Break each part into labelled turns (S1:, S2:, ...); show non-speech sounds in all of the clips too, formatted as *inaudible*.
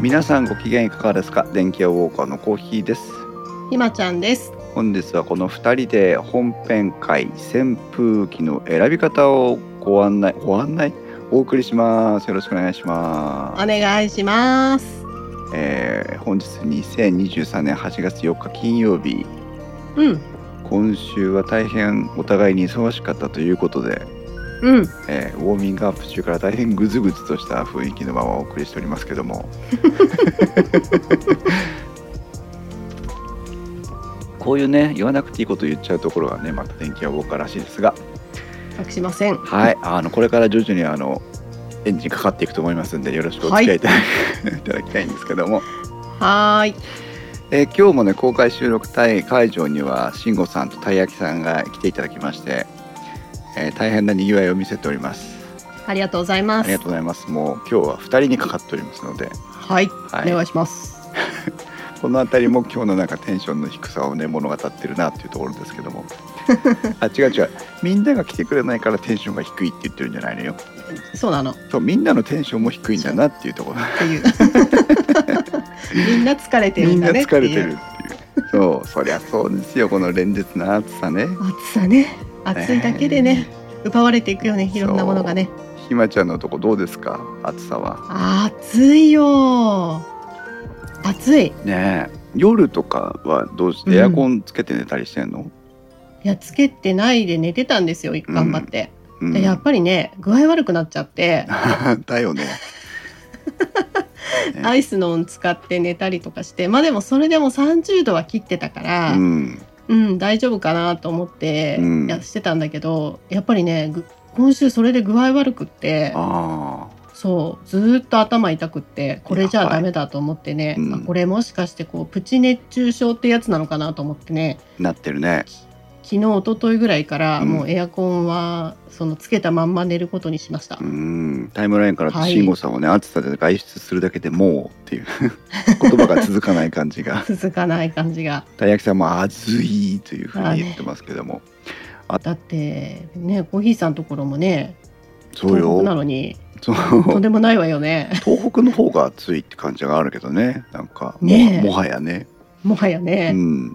S1: 皆さんご機嫌いかがですか電気屋ウォーカーのコーヒーです
S2: ひまちゃんです。
S1: 本日はこの2人で本編会扇風機の選び方をご案内ご案内お送りしますよろしくお願いし
S2: お
S1: ます、
S2: 願いします。
S1: えー本日2023年8月4日金曜日
S2: うん、
S1: 今週は大変お互いに忙しかったということで、
S2: うん、
S1: えーウォーミングアップ中から大変グズグズとした雰囲気のままお送りしておりますけどもこういうね言わなくていいこと言っちゃうところがねまた天気はウォーカーらしいですが
S2: 隠しません。
S1: はいあのこれから徐々にあのエンジンかかっていくと思いますんでよろしくお付き合いいただ,、 *laughs* い、ただきたいんですけども、
S2: はーい。
S1: えー今日もね公開収録会会場には慎吾さんとたい焼きさんが来ていただきまして、えー大変なにぎわいを見せております
S2: ありがとうございま
S1: ありが
S2: す
S1: と。うございます。もう今日は2人にかかっておりますので、
S2: はい、
S1: はい
S2: お願いします。
S1: この辺りも今日のなんかテンションの低さをね物語ってるなっていうところですけど
S2: *laughs*
S1: もあ違う違うみんなが来てくれないからテンションが低いって言ってるんじゃないのよ
S2: そうなのっ
S1: そうみんなのテンションも低いんだなっていうところ
S2: て
S1: *laughs*
S2: いう。 *laughs* みんな疲れてる
S1: み
S2: ん
S1: んな
S2: だね
S1: 疲
S2: っていう。
S1: れてるっていうそうそりゃそうですよこの連日の暑さね
S2: 暑さね、暑いだけでね、奪われていくよね、いろんなものがね。
S1: ひまちゃんのとこどうですか暑さは
S2: 暑いよー。暑い。い
S1: ねえ夜とかはどうしてエアコンつけて寝たりしてんの、
S2: やつけてないで寝てたんですよ。頑張って。
S1: うん
S2: でやっぱりね、具合悪くなっちゃって。
S1: *laughs* だよ
S2: *laughs*
S1: ね
S2: アイスの温使って寝たりとかしてまあでもそれでも30度は切ってたから、う
S1: うんん
S2: 大丈夫かなと思って
S1: うん
S2: やしてたんだけど、やっぱりねぐ今週それで具合悪くって
S1: あ
S2: そうずーっと頭痛くってこれじゃ
S1: や
S2: あ
S1: ばい
S2: ダメだと思ってね、
S1: うん
S2: あこれもしかしてこうプチ熱中症ってやつなのかなと思ってね
S1: あなってるね
S2: 昨日一昨日ぐらいから
S1: うん
S2: もうエアコンはそのつけたまんま寝ることにしました、
S1: うんタイムラインから
S2: はい
S1: 慎吾さんをね、暑さで外出するだけでもう
S2: *laughs*
S1: っていう言葉が続かない感じが
S2: 続かない感じが
S1: たい焼きさんも「暑い」というふうに言ってますけども、
S2: だってねコーヒーさんところもね
S1: そう
S2: 東北な
S1: よ
S2: のに
S1: そう
S2: とんでもないわよね。
S1: 東北の方が暑いって感じがあるけどねなんかも,、
S2: ねえ
S1: もはやね、
S2: もはや
S1: う
S2: ね。
S1: ん、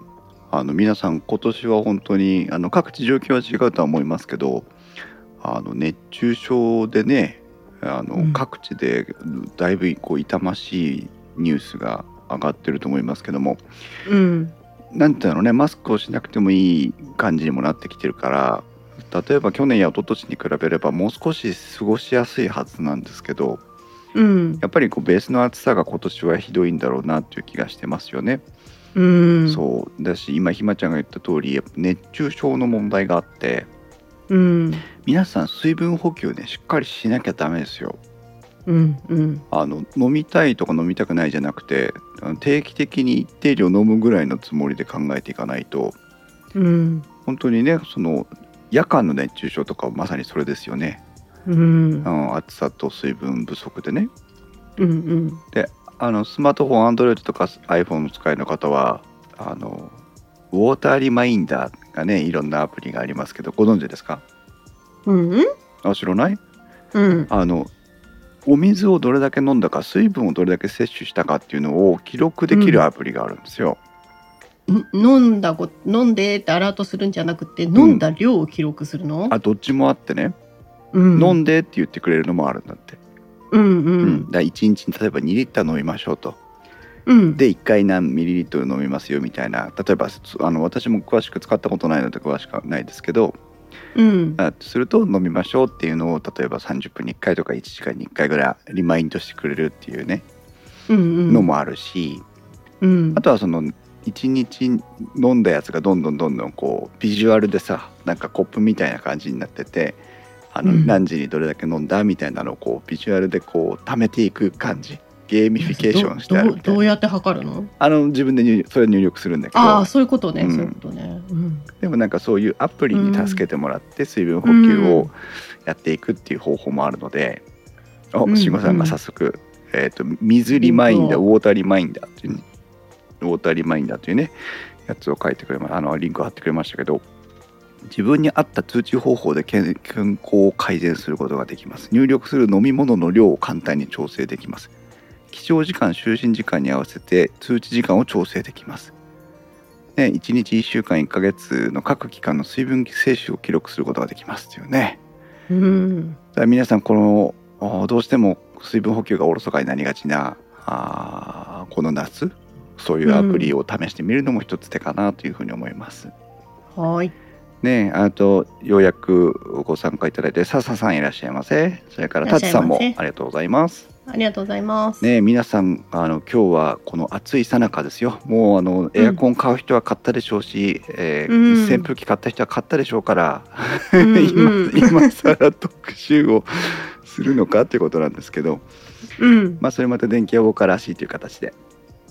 S1: あの皆さん今年は本当にあの各地状況は違うとは思いますけどあの熱中症でねあの、
S2: うん
S1: 各地でだいぶこう痛ましいニュースが上がってると思いますけども
S2: うん。
S1: なんていうのねマスクをしなくてもいい感じにもなってきてるから例えば去年や一昨年に比べればもう少し過ごしやすいはずなんですけど
S2: うん。
S1: やっぱりこうベースの暑さが今年はひどいんだろうなっていう気がしてますよね。
S2: うん。
S1: そうだし今ひまちゃんが言った通りやっぱ熱中症の問題があって
S2: うん。
S1: 皆さん水分補給ねしっかりしなきゃダメですよ。
S2: うん。うん。
S1: あの飲みたいとか飲みたくないじゃなくてあの定期的に一定量飲むぐらいのつもりで考えていかないと
S2: うん。
S1: 本当にねその夜間の熱中症とかはまさにそれですよね、
S2: うん
S1: う。ん、暑さと水分不足でね
S2: うん。
S1: あのスマートフォン Android とか iPhone の使いの方はあのウォーターリマインダーがねいろんなアプリがありますけどご存知ですか
S2: うん。
S1: あ知らない
S2: うん。
S1: あのお水をどれだけ飲んだか水分をどれだけ摂取したかっていうのを記録できるアプリがあるんですよ、
S2: 飲んだこ、飲んでってアラートするんじゃなくて、飲んだ量を記録するの。
S1: あどっちもあってね、
S2: うん。
S1: 飲
S2: ん。
S1: んでって言ってくれるのもあるんだって、
S2: うん。う
S1: うん
S2: ん。
S1: だから1日に例えば2リッター飲みましょうと
S2: うん。。
S1: で1回何ミリリットル飲みますよみたいな例えばそあの私も詳しく使ったことないので詳しくはないですけど
S2: うん。
S1: あすると飲みましょうっていうのを例えば30分に1回とか1時間に1回ぐらいリマインドしてくれるっていうね、
S2: うん。
S1: の。もあるし
S2: うん
S1: あ。とはその1日飲んだやつがどんどんどんどんこうビジュアルでさなんかコップみたいな感じになっててあの
S2: うん
S1: 何時にどれだけ飲んだみたいなのをこうビジュアルでこう貯めていく感じゲーミフィケーションしてあるみたい
S2: ど
S1: うな
S2: やって測るの。
S1: あの自分で入それ入力するんだけど
S2: ああ、そういうことね。そういうことね。うん。
S1: でもなんかそういうアプリに助けてもらって水分補給をやっていくっていう方法もあるので、お
S2: うん
S1: 慎吾さんが早速、えー、と水リマインダー
S2: リン
S1: ウォーターリマインダーっていうウォーターリマインダーというねやつを書いてくれまあのリンクを貼ってくれましたけど自分に合った通知方法で健健康を改善することができます入力する飲み物の量を簡単に調整できます起床時間就寝時間に合わせて通知時間を調整できます、ね、1日1週間1ヶ月の各期間の水分摂取を記録することができますというね
S2: うん
S1: だから皆さんこのあーどうしても水分補給がおろそかになりがちなあーこの夏そういうアプリを試してみるのも一つ手かなというふうに思います。
S2: はーい
S1: ねえあとようやくご参加いただいて笹さんいらっしゃいませそれから
S2: いらっし
S1: 舘
S2: ゃいませ
S1: さんもありがとうございます
S2: ありがとうございます、
S1: ねえ皆さんあの今日はこの暑い最中ですよもうあのエアコン買う人は買ったでしょうし、えー
S2: うん
S1: 扇風機買った人は買ったでしょうから、
S2: うんうん
S1: *laughs* 今今更特集をするのかっていうことなんですけど、
S2: うん
S1: まあ、それまた電気予防家らしいという形で、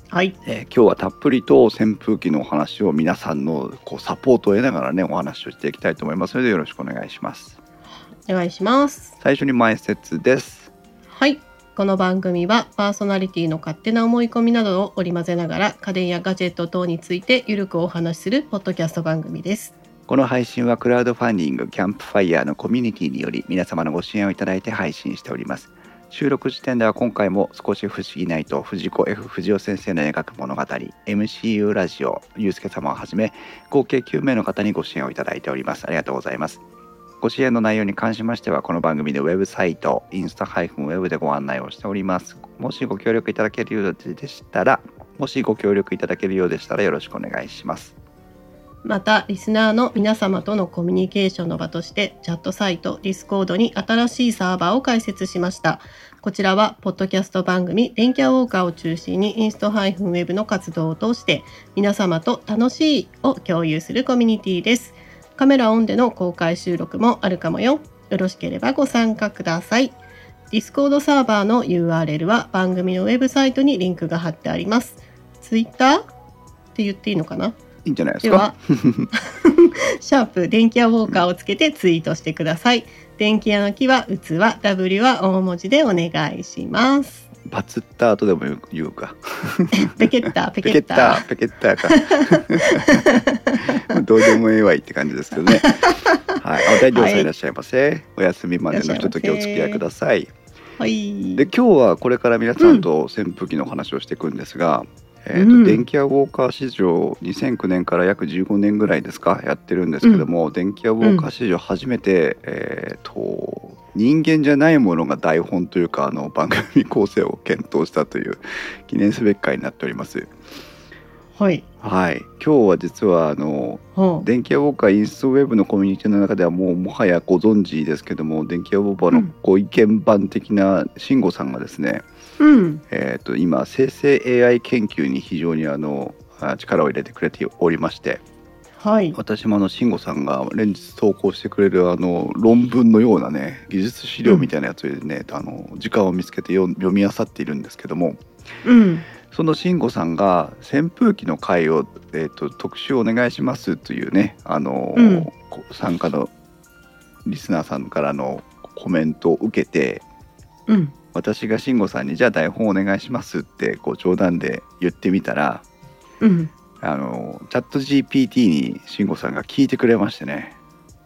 S2: はい
S1: えー今日はたっぷりと扇風機のお話を皆さんのこうサポートを得ながらねお話をしていきたいと思いますのでよろしくお願いします。
S2: お願いします
S1: 最初に前説です。
S2: はい。この番組はパーソナリティの勝手な思い込みなどを織り交ぜながら家電やガジェット等についてゆるくお話しするポッドキャスト番組です。
S1: この配信はクラウドファンディングキャンプファイヤーのコミュニティにより皆様のご支援をいただいて配信しております。収録時点では今回も少し不思議ないと藤子 F 不二雄先生の描く物語 MCU ラジオゆうすけ様をはじめ合計9名の方にご支援をいただいております。ありがとうございます。ご支援の内容に関しましてはこの番組のウェブサイトインスタ配布ウェブでご案内をしております。もしご協力いただけるようでしたらもしご協力いただけるようでしたらよろしくお願いします。
S2: また、リスナーの皆様とのコミュニケーションの場として、チャットサイト、ディスコードに新しいサーバーを開設しました。こちらは、ポッドキャスト番組、電キャウォーカーを中心に、インストハイフンウェブの活動を通して、皆様と楽しいを共有するコミュニティです。カメラオンでの公開収録もあるかもよ。よろしければご参加ください。ディスコードサーバーの URL は番組のウェブサイトにリンクが貼ってあります。ツイッターって言っていいのかない
S1: いんじゃないです
S2: で
S1: か *laughs*
S2: は。「シャープ電気屋ウォーカー」をつけてツイートしてください。電気屋の木は器 W は大文字でお願いします。
S1: バツった後でも言う言うか。
S2: ペケッタペ
S1: ペ
S2: ケ
S1: ケ
S2: ッ
S1: ッター、
S2: タ
S1: ペケッター *laughs* か。どうでもええわいって感じですけどね。はい、あ大丈夫さんいらっしゃいませ。お休みまでのひとときお付き合いください。
S2: はい
S1: で、今日はこれから皆さんと扇風機の話をしていくんですが。えーと
S2: うん
S1: 電気屋ウォーカー市場2009年から約15年ぐらいですかやってるんですけども、電気屋ウォーカー市場初めて、えーと人間じゃないものが台本というかあの番組構成を検討したという記念すべき回になっております。
S2: はい
S1: はい、今日は実はあの
S2: ほう
S1: 電気屋ウォーカーインストウェブのコミュニティの中ではもうもはやご存知ですけども電気屋ウォーカー
S2: う
S1: の
S2: ん
S1: ご意見番的な慎吾さんがですね、
S2: うん
S1: えー、と今生成 AI 研究に非常にあのあ力を入れてくれておりまして
S2: はい
S1: 私もあの慎吾さんが連日投稿してくれるあの論文のようなね技術資料みたいなやつでね、あの時間を見つけて読読み漁っているんですけども
S2: うん
S1: その慎吾さんが扇風機の会を、えー、と特集お願いしますというね、あのー
S2: うん
S1: こ参加のリスナーさんからのコメントを受けて
S2: うん
S1: 私が慎吾さんに「じゃあ台本お願いします」ってこう冗談で言ってみたら、
S2: うん
S1: あのーチャット GPT に慎吾さんが聞いてくれましてね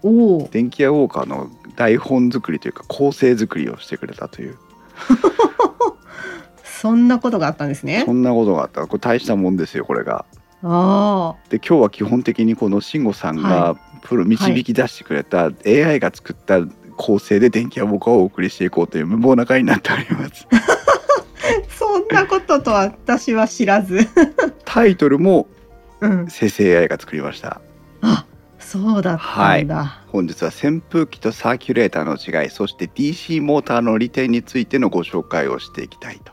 S2: おお
S1: 電気屋ウォーカーの台本作りというか構成作りをしてくれたという
S2: そんなことがあったんですね
S1: そ。んなことがあったこれ大したもんですよこれが。
S2: あ
S1: で今日は基本的にこの慎吾さんがプロ導き出してくれた AI が作った構成で電気は僕はお送りしていこうという無謀な回になっております。
S2: あそんなこととは私は知らず。 *laughs*
S1: タイトルも
S2: うん
S1: 生成 AI が作りました。
S2: あそうだったんだ。
S1: 本日は扇風機とサーキュレーターの違い、そして DC モーターの利点についてのご紹介をしていきたいと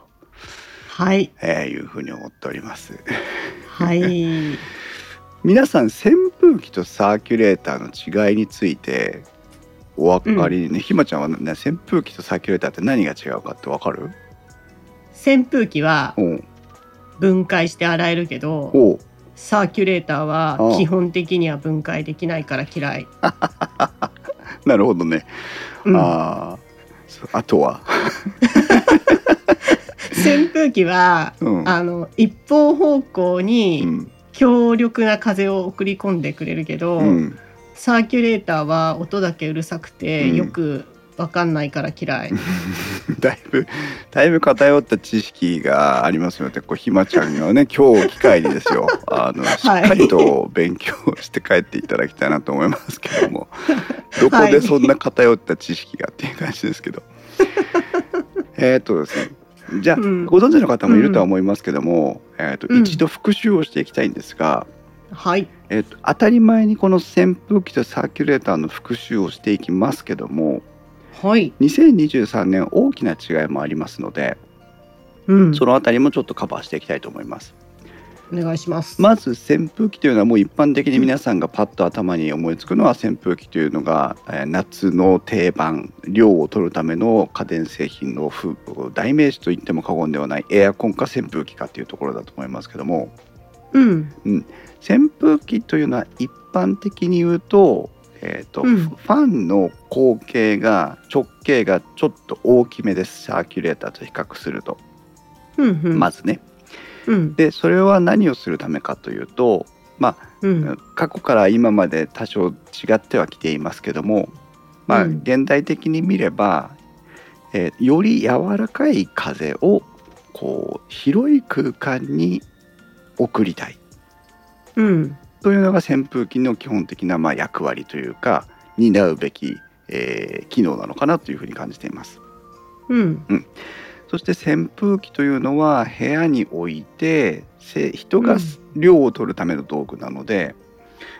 S2: はい
S1: えーいうふうに思っております。 *laughs*
S2: はい。
S1: 皆さん扇風機とサーキュレーターの違いについてお分かりね、ひまちゃんはね扇風機とサーキュレーターって何が違うかって分かる
S2: 扇風機は
S1: うん
S2: 分解して洗えるけど。
S1: おう
S2: サーキュレーターは
S1: ああ
S2: 基本的には分解できないから嫌い。
S1: なるほどね、
S2: うん、扇
S1: あああとは、
S2: 風機は、
S1: うん
S2: あの一方方向
S1: う
S2: に
S1: ん
S2: 強力な風を送り込んでくれるけど、
S1: うん
S2: サーキュレーターは音だけうるさくて、
S1: うん
S2: よくわかんないから嫌い。
S1: *laughs* だいぶだいぶ偏った知識がありますのでこうひまちゃんにはね今日を機会にです
S2: *laughs*
S1: よあのしっかりと勉強して帰っていただきたいなと思いますけど
S2: *laughs*
S1: も、どこでそんな偏った知識がっていう感じですけ
S2: *laughs*
S1: ど。えーっとですねじゃあ、
S2: うん
S1: ご存知の方もいるとは思いますけども、えーっと
S2: うん
S1: 一度復習をしていきたいんですが、
S2: はい。
S1: えーっと当たり前にこの扇風機とサーキュレーターの復習をしていきますけども
S2: はい。
S1: 2023年大きな違いもありますので、
S2: うん。
S1: そのあたりもちょっとカバーしていきたいと思います。
S2: お願いします。
S1: まず扇風機というのはもう一般的に皆さんがパッと頭に思いつくのは扇風機というのがえー夏の定番涼を取るための家電製品のふ代名詞と言っても過言ではないエアコンか扇風機かというところだと思いますけども
S2: うん。
S1: 扇風機というのは一般的に言うと,、えーと
S2: うん
S1: ファンの口径が直径がちょっと大きめですサーキュレーターと比較すると、
S2: うん。うん。
S1: まずね。
S2: うん。
S1: でそれは何をするためかというとまあ
S2: うん。
S1: 過去から今まで多少違ってはきていますけども、まあ、
S2: うん
S1: 現代的に見れば、えーより柔らかい風をこう広い空間に送りたい
S2: うん。
S1: というのが扇風機の基本的なまあ役割というか担うべき、えー機能なのかなというふうに感じています。
S2: うん。
S1: そして扇風機というのは部屋に置いてせ人
S2: う
S1: が
S2: ん
S1: 涼を取るための道具なので、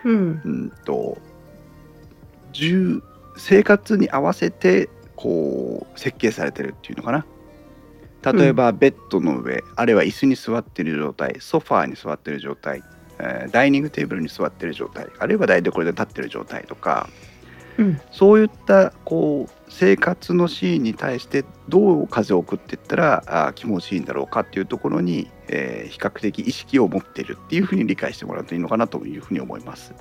S2: うん。
S1: うんと住生活に合わせてこう設計されてるっていうのかな例えば、ベッドの上あるいは椅子に座ってる状態ソファーに座ってる状態、えーダイニングテーブルに座ってる状態あるいは台所で立ってる状態とか
S2: うん。
S1: そういったこう生活のシーンに対してどう風を送っていったらあー気持ちいいんだろうかっていうところに、えー比較的意識を持ってるっていうふうに理解してもらうといいのかなというふうに思います。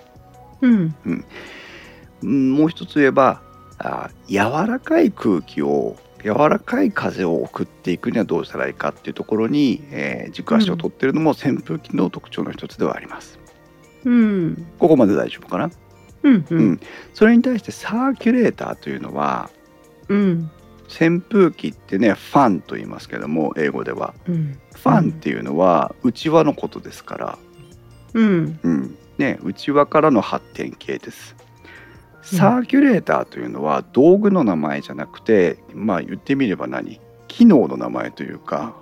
S2: うん。
S1: うんもう一つ言えばあ柔らかい空気を柔らかい風を送っていくにはどうしたらいいかっていうところに、えー軸足を取ってるのも扇風機の特徴の一つではあります。
S2: うん。
S1: ここまで大丈夫かな
S2: うん。う
S1: うん
S2: ん。
S1: それに対してサーキュレーターというのは
S2: うん。
S1: 扇風機ってねファンと言いますけども英語では
S2: うん。
S1: ファンっていうのは内輪のことですから、
S2: うん。
S1: うんね、内輪からの発展系です。サーキュレーターというのは道具の名前じゃなくてまあ言ってみれば何機能の名前というか、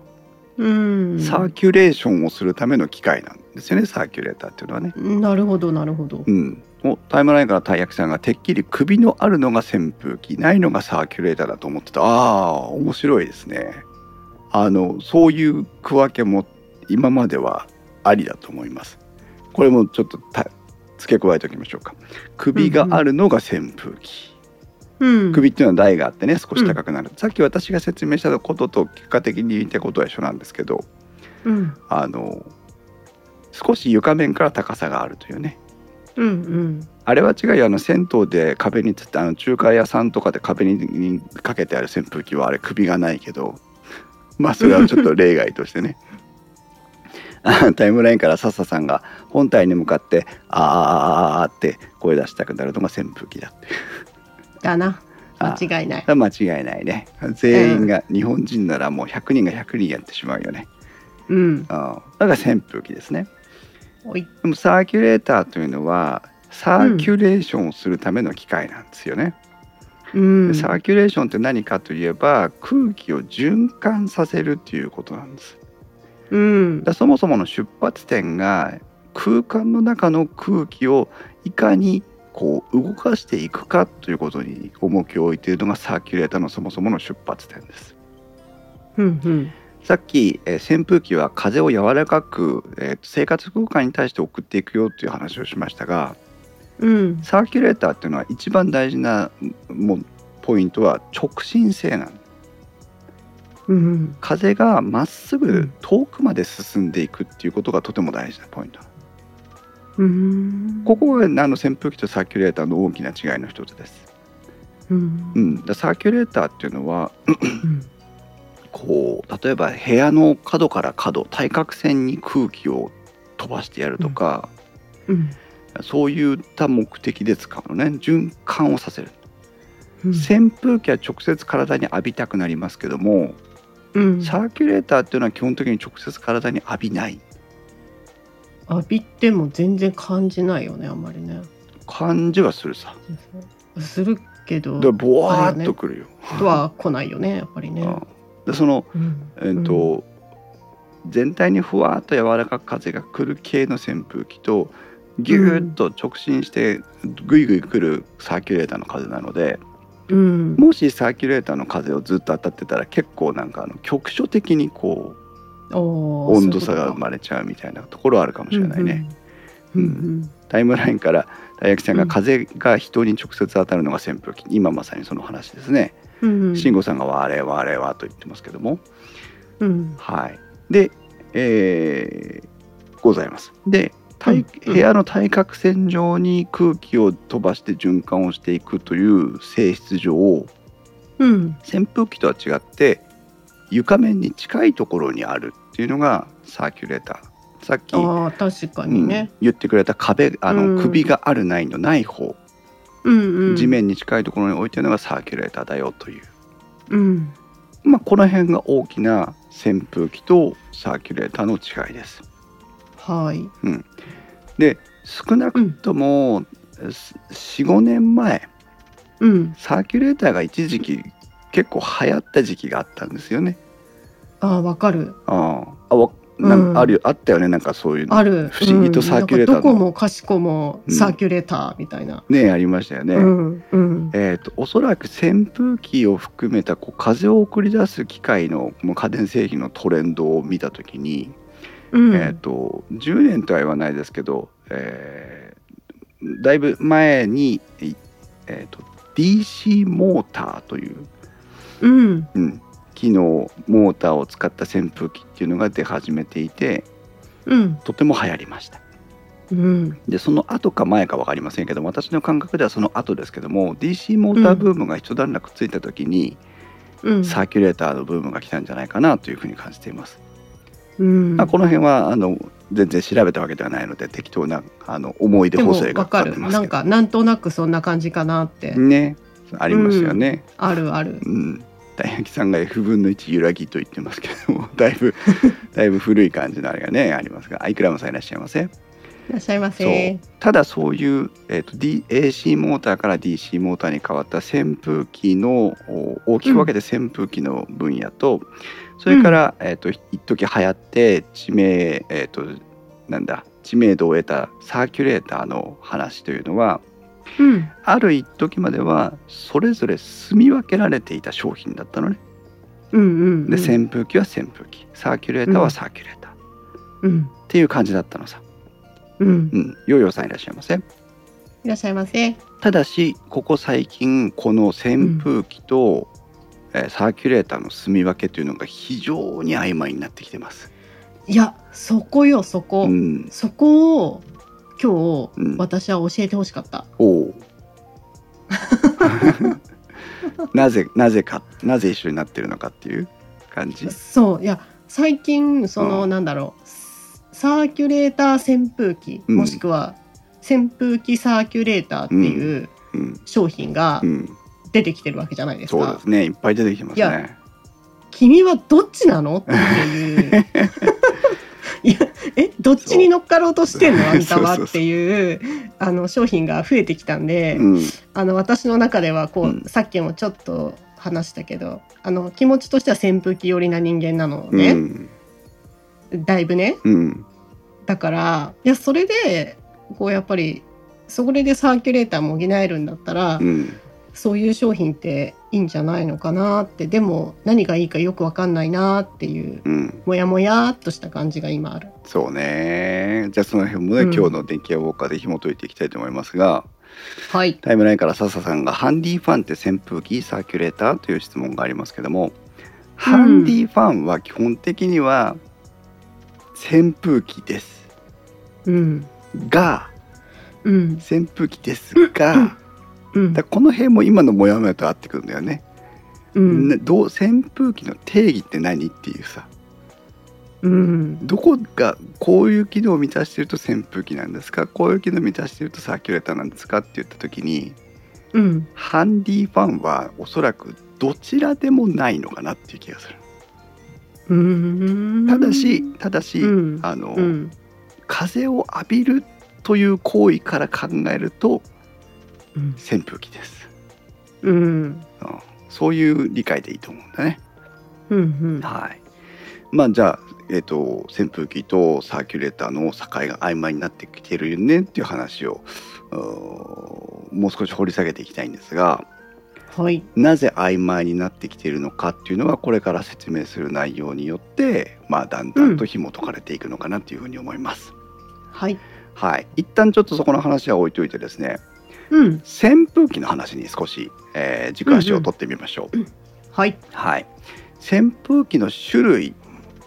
S2: うん。
S1: サーキュレーションをするための機械なんですよねサーキュレーターっていうのはね。
S2: なるほど、なるほど
S1: う。ん、おタイムラインから大役さんがてっきり首のあるのが扇風機ないのがサーキュレーターだと思ってたああ面白いですね。あのそういう区分けも今まではありだと思います。これもちょっとた付け加えておきましょうか。首があるのが扇風機。
S2: うん。
S1: 首っていうのは台があってね少し高くなる、さっき私が説明したことと結果的に言ったことは一緒なんですけど
S2: うん。
S1: あの少し床面から高さがあるというね
S2: うん。うん。
S1: あれは違うよあの銭湯で壁につってあの中華屋さんとかで壁ににかけてある扇風機はあれ首がないけど *laughs* まあそれはちょっと例外としてねあタイムラインから笹さんが本体に向かって「あーあーあーあー」って声出したくなるのが扇風機だって
S2: だな。
S1: あー
S2: 間違いない。
S1: 間違いないね全員が日本人ならもう100人が100人やってしまうよね、
S2: うん。
S1: うん、だから扇風機ですね
S2: おい。
S1: でもサーキュレーターというのはサーキュレーションをするための機械なんですよね、
S2: うん。
S1: でサーキュレーションって何かといえば空気を循環させるっていうことなんです
S2: うん
S1: だ。そもそもの出発点が空間の中の空気をいかにこう動かしていくかということに重きを置いているのがサーキュレーターのそもそもの出発点です
S2: うん。うん。
S1: さっき、えー扇風機は風を柔らかく、えー生活空間に対して送っていくよっていう話をしましたが
S2: うん。
S1: サーキュレーターっていうのは一番大事なもうポイントは直進性なんです
S2: うん。
S1: 風がまっす
S2: う
S1: ぐ
S2: ん
S1: 遠くまで進んでいくっていうことがとても大事なポイント
S2: うん。
S1: ここがあの扇風機とサーキュレーターの大きな違いの一つです、
S2: うん。
S1: う。ん、だサーキュレーターっていうのは
S2: うん。
S1: こう例えば部屋の角から角対角線に空気を飛ばしてやるとか、
S2: うん。
S1: そういった目的で使うのね循環をさせる
S2: ううん
S1: 扇風機は直接体に浴びたくなりますけども
S2: うん、
S1: サーキュレーターっていうのは基本的に直接体に浴びない
S2: 浴びても全然感じないよねあんまりね
S1: 感じはするさ
S2: するけど
S1: だからボワ
S2: あれ
S1: ーっと
S2: よね
S1: くるよ。
S2: とは来ないよねやっぱりね、
S1: うんでその、
S2: うん
S1: えっと全体にふわーっと柔らかく風が来る系の扇風機とギューッと直進してぐいぐい来るサーキュレーターの風なので
S2: うん
S1: もしサーキュレーターの風をずっと当たってたら結構なんかあの局所的にこう
S2: おー
S1: 温度差が
S2: そういう
S1: 生まれちゃうみたいなところはあるかもしれ
S2: ことか
S1: ないね。
S2: うんうん
S1: うタイムラインから大学さんが風が人に直接当たるのが扇風機、今まさにその話ですね。
S2: うんうん
S1: 慎吾さんが「われわれは」と言ってますけども
S2: うん
S1: はいでえーございますで体
S2: うん
S1: 部屋の対角線上に空気を飛ばして循環をしていくという性質上
S2: うん
S1: 扇風機とは違って床面に近いところにあるっていうのがサーキュレーターさっき、
S2: ああ確か
S1: う
S2: に
S1: ん
S2: ね、
S1: 言ってくれた壁あ
S2: うん
S1: の首があるないのない方、
S2: うんうん、
S1: 地面に近いところに置いてるのがサーキュレーターだよという、
S2: うん
S1: まあ、この辺が大きな扇風機とサーキュレーターの違いです。
S2: はい
S1: 少なくとも45年前
S2: うん
S1: サーキュレーターが一時期結構流行った時期があったんですよね。
S2: ああわかる
S1: あああわなん
S2: うん
S1: あるよあったよねなんかそういうの
S2: ある
S1: 不思議とサーキュレーターの
S2: うんなんかどこもかしこもサーキュレーターみたいな、
S1: ねありましたよね。
S2: うんうん
S1: えー、とおそらく扇風機を含めたこう風を送り出す機械のもう家電製品のトレンドを見た時に、
S2: うん
S1: えー、と10年とは言わないですけど、えーだいぶ前に、いえー、と DC モーターという、
S2: うん
S1: うん、機能モーターを使った扇風機っていうのが出始めていて
S2: うん
S1: とても流行りました
S2: うん
S1: でその後か前か分かりませんけども私の感覚ではその後ですけども DC モーターブームが一段落ついた時に、
S2: うん
S1: サーキュレーターのブームが来たんじゃないかなというふうに感じています、
S2: うん
S1: まあ、この辺はあの全然調べたわけではないので適当なあの思い出補正
S2: でも
S1: が
S2: わ
S1: か
S2: か
S1: かって
S2: る
S1: ます
S2: な
S1: け
S2: ん
S1: ど
S2: かなんとなくそんな感じかなって、
S1: ねありますよね、
S2: あるある
S1: うん、大八さんが F 分の1揺らぎと言ってますけども *laughs* だいぶだいぶ古い感じのあれがねありますがアイクラムさんいらっしゃいませ
S2: いらっしゃいま
S1: そう
S2: せ
S1: ただそういう、えー、と D- AC モーターから DC モーターに変わった扇風機のお大きく分けて扇風機の分野と、それから、えー、と一時流行って知名、えー、となんだ知名度を得たサーキュレーターの話というのは
S2: うん
S1: ある一時まではそれぞれ住み分けられていた商品だったのね。
S2: うんうん
S1: で扇風機は扇風機サーキュレーターはサーキュレーター、っ
S2: うん
S1: ていう感じだったのさ。
S2: うん
S1: うん、ヨーヨーさんいらっしゃいませ
S2: いらっしゃいませ
S1: ただしここ最近この扇風機と、えーサーキュレーターの住み分けというのが非常に曖昧になってきてます。
S2: いやそこよそこ、
S1: うん、
S2: そこを今日、
S1: うん
S2: 私は教えてほしかった
S1: おう
S2: *laughs*
S1: なぜなぜかなぜ一緒になってるのかっていう感じ。
S2: そういや最近その、
S1: うん
S2: なんだろうサーキュレーター扇風機、
S1: うん
S2: もしくは扇風機サーキュレーターっていう
S1: うん
S2: 商品が
S1: うん、
S2: 出てきてるわけじゃないですか、
S1: そうですねいっぱい出てきてます
S2: いや
S1: ね。
S2: 君はどっちなのっていう *laughs* いやえどっちに乗っかろうとしてんのあんたは
S1: そうそうそう
S2: っていうあの商品が増えてきたんで、
S1: うん
S2: あの私の中ではこう、
S1: うん
S2: さっきもちょっと話したけどあの気持ちとしては扇風機寄りな人間なの
S1: う
S2: ね、
S1: ん
S2: だいぶね
S1: うん
S2: だからいやそれでこうやっぱりそれでサーキュレーターも補えるんだったら、
S1: うん
S2: そういう商品っていいんじゃないのかなってでも何がいいかよくわかんないなっていう
S1: うん
S2: もやもやっとした感じが今ある。
S1: そうね。じゃあその辺もね、
S2: うん
S1: 今日の電気屋ウォーカーで紐解いていきたいと思いますが、
S2: はい、
S1: タイムラインから笹さんがハンディファンって扇風機、サーキュレーターという質問がありますけども、ハンディファンは基本的には扇風機です
S2: うん
S1: が、
S2: うん
S1: 扇風機ですが、
S2: うんうん
S1: だからこの辺も今のモヤモヤと合ってくるんだよね。
S2: うん
S1: ねどう扇風機の定義って何っていうさ、
S2: うん
S1: どこがこういう機能を満たしてると扇風機なんですか、こういう機能を満たしてるとサーキュレーターなんですかって言った時に。
S2: ううん。
S1: ハンディファンはおそらくどちらでもないのかなっていう気がする
S2: うーん
S1: ただし、ただし、
S2: うん
S1: あの、
S2: うん。
S1: 風を浴びるという行為から考えると
S2: うん
S1: 扇風機です、
S2: うん。
S1: うん、そういう理解でいいと思うんだね
S2: うん。うん。
S1: はいまあじゃあえっ、と扇風機とサーキュレーターの境が曖昧になってきてるよねっていう話をうーもう少し掘り下げていきたいんですが、
S2: はい。
S1: なぜ曖昧になってきているのかっていうのはこれから説明する内容によって、まあ、だんだんと紐解かれていくのかなというふうに思います。
S2: はい。
S1: はい、一旦ちょっとそこの話は置いといてですね
S2: うん。
S1: 扇風機の話に少し、えー軸足を取ってみましょう、
S2: はい。
S1: はい、扇風機の種類っ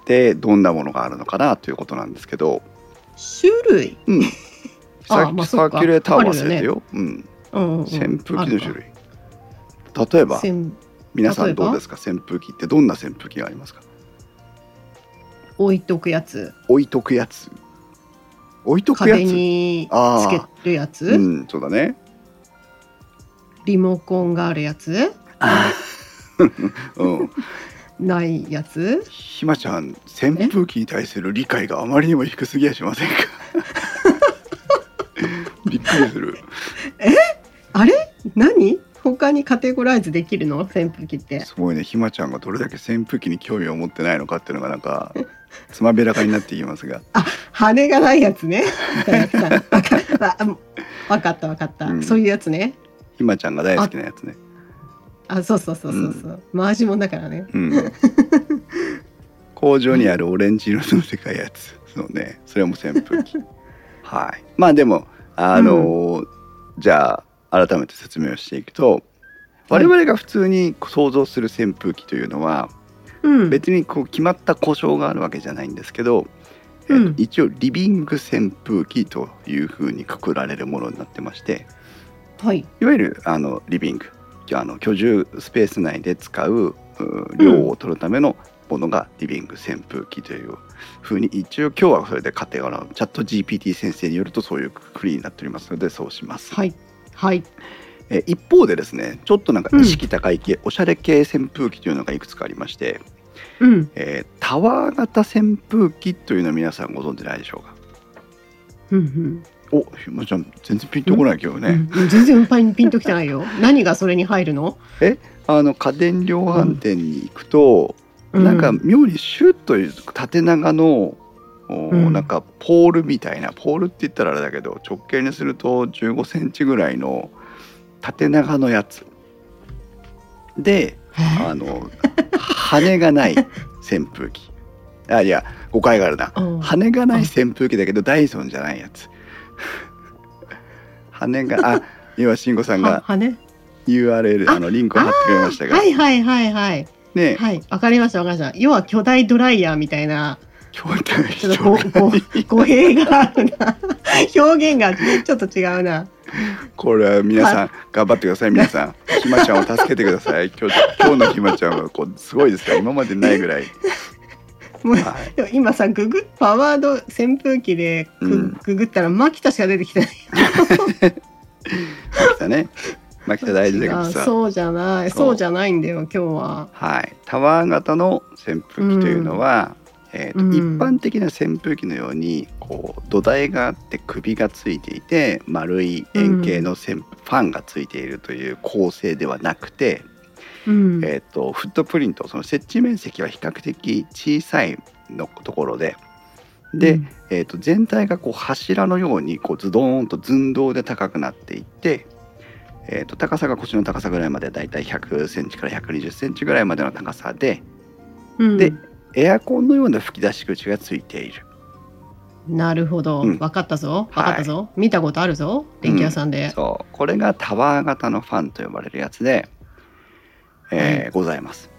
S1: てどんなものがあるのかなということなんですけど、
S2: 種類。
S1: うん、さっき
S2: ま
S1: サ
S2: あそ
S1: ー
S2: うか
S1: キュレーターは忘れ
S2: あ
S1: て
S2: る
S1: よ、うん、
S2: うんうんうん。
S1: 扇風機の種
S2: 類。
S1: 類例えば
S2: 扇
S1: 皆さ
S2: 例
S1: ん
S2: えば
S1: どうですか扇風機ってどんな扇風機がありますか
S2: 置いとくやつ。
S1: 置いとくやつ置いとくやつ
S2: 壁に
S1: あ
S2: つ
S1: ー
S2: けるやつ、
S1: うんそうだね
S2: リモコンがあるやつ
S1: うん
S2: ないやつ
S1: ひまちゃん扇風機に対する理解があまりにも低すぎやしません
S2: *laughs*
S1: かびっくりする
S2: あれ何他にカテゴライズできるの扇風機って
S1: すごいねひまちゃんがどれだけ扇風機に興味を持ってないのかっていうのがなんかつまびらかになっていきますが、
S2: 羽がないやつねわかわかったわかった、
S1: うん
S2: そういうやつね
S1: ひまちゃんが大好きなやつね
S2: あそうそうそうそうそう、回しもんだからね
S1: *laughs* うん工場にあるオレンジ色の世界やつそうねそれも扇風機はいまあでもあのーじゃあ改めて説明をしていくと我々が普通に想像する扇風機というのは
S2: うん
S1: 別にこう決まった故障があるわけじゃないんですけど、えっと
S2: うん
S1: 一応リビング扇風機というふうにくくられるものになってまして
S2: はい
S1: いわゆるあのリビングあの居住スペース内で使うう量を取るためのものがリビング扇風機というふうに一応今日はそれで家庭がチャット GPT 先生によるとそういうくくりになっておりますのでそうします、
S2: はいはい
S1: え一方でですねちょっとなんか意識高い系、おしゃれ系扇風機というのがいくつかありまして、
S2: うん
S1: えータワー型扇風機というのは皆さんご存知ないでしょうか
S2: うんうん
S1: おひまちゃん全然ピンとこない今日ね、
S2: うん全然パンピンときてな
S1: *laughs*
S2: いよ何がそれに入るの、
S1: あの家電量販店に行くと、
S2: う
S1: なんか妙にシュッという縦長の、お
S2: うん
S1: なんかポールみたいなポールって言ったらあれだけど直径にすると1 5センチぐらいの縦長のやつで
S2: え
S1: あの羽がない扇風機あいや誤解があるな
S2: うん
S1: 羽がない扇風機だけどダイソンじゃないやつ *laughs* 羽があ今慎吾さん
S2: は
S1: が
S2: はね
S1: URL
S2: あ
S1: あのリンクを貼ってくれましたが、
S2: はいはいはいはい
S1: ね
S2: はいわかりましたわかりました要は巨大ドライヤーみたいな
S1: 今日は
S2: ちょっとご *laughs* ご語弊があるな表現がちょっと違うな
S1: これは皆さん頑張ってください皆さんひまちゃんを助けてください今日今日のひまちゃんはこうすごいですから今までないぐ
S2: *laughs*
S1: らい、
S2: もう
S1: はい、
S2: でも今さググパワード扇風機でグ,、
S1: うん
S2: ググったらマキタしか出てきてない
S1: 牧田ね牧田大事だけど
S2: 違う
S1: さ
S2: そうじゃない
S1: そう
S2: そうじゃないんだよ今日は
S1: はいタワー型の扇風機というのは、えーと
S2: うん
S1: 一般的な扇風機のようにこう土台があって首がついていて丸い円形の扇、ファンがついているという構成ではなくて、
S2: うん
S1: えー、とフットプリントその設置面積は比較的小さいのところでで、
S2: うん
S1: えー、と全体がこう柱のようにこうズドーンと寸胴で高くなっていって、えー、と高さが腰の高さぐらいまでだいたい100センチから120センチぐらいまでの高さで
S2: うん
S1: でエアコンのような吹き出し口がついている
S2: なるほど、
S1: うん
S2: 分かったぞ分かったぞ、見たことあるぞ電気屋さんで、
S1: そうこれがタワー型のファンと呼ばれるやつで、えーございます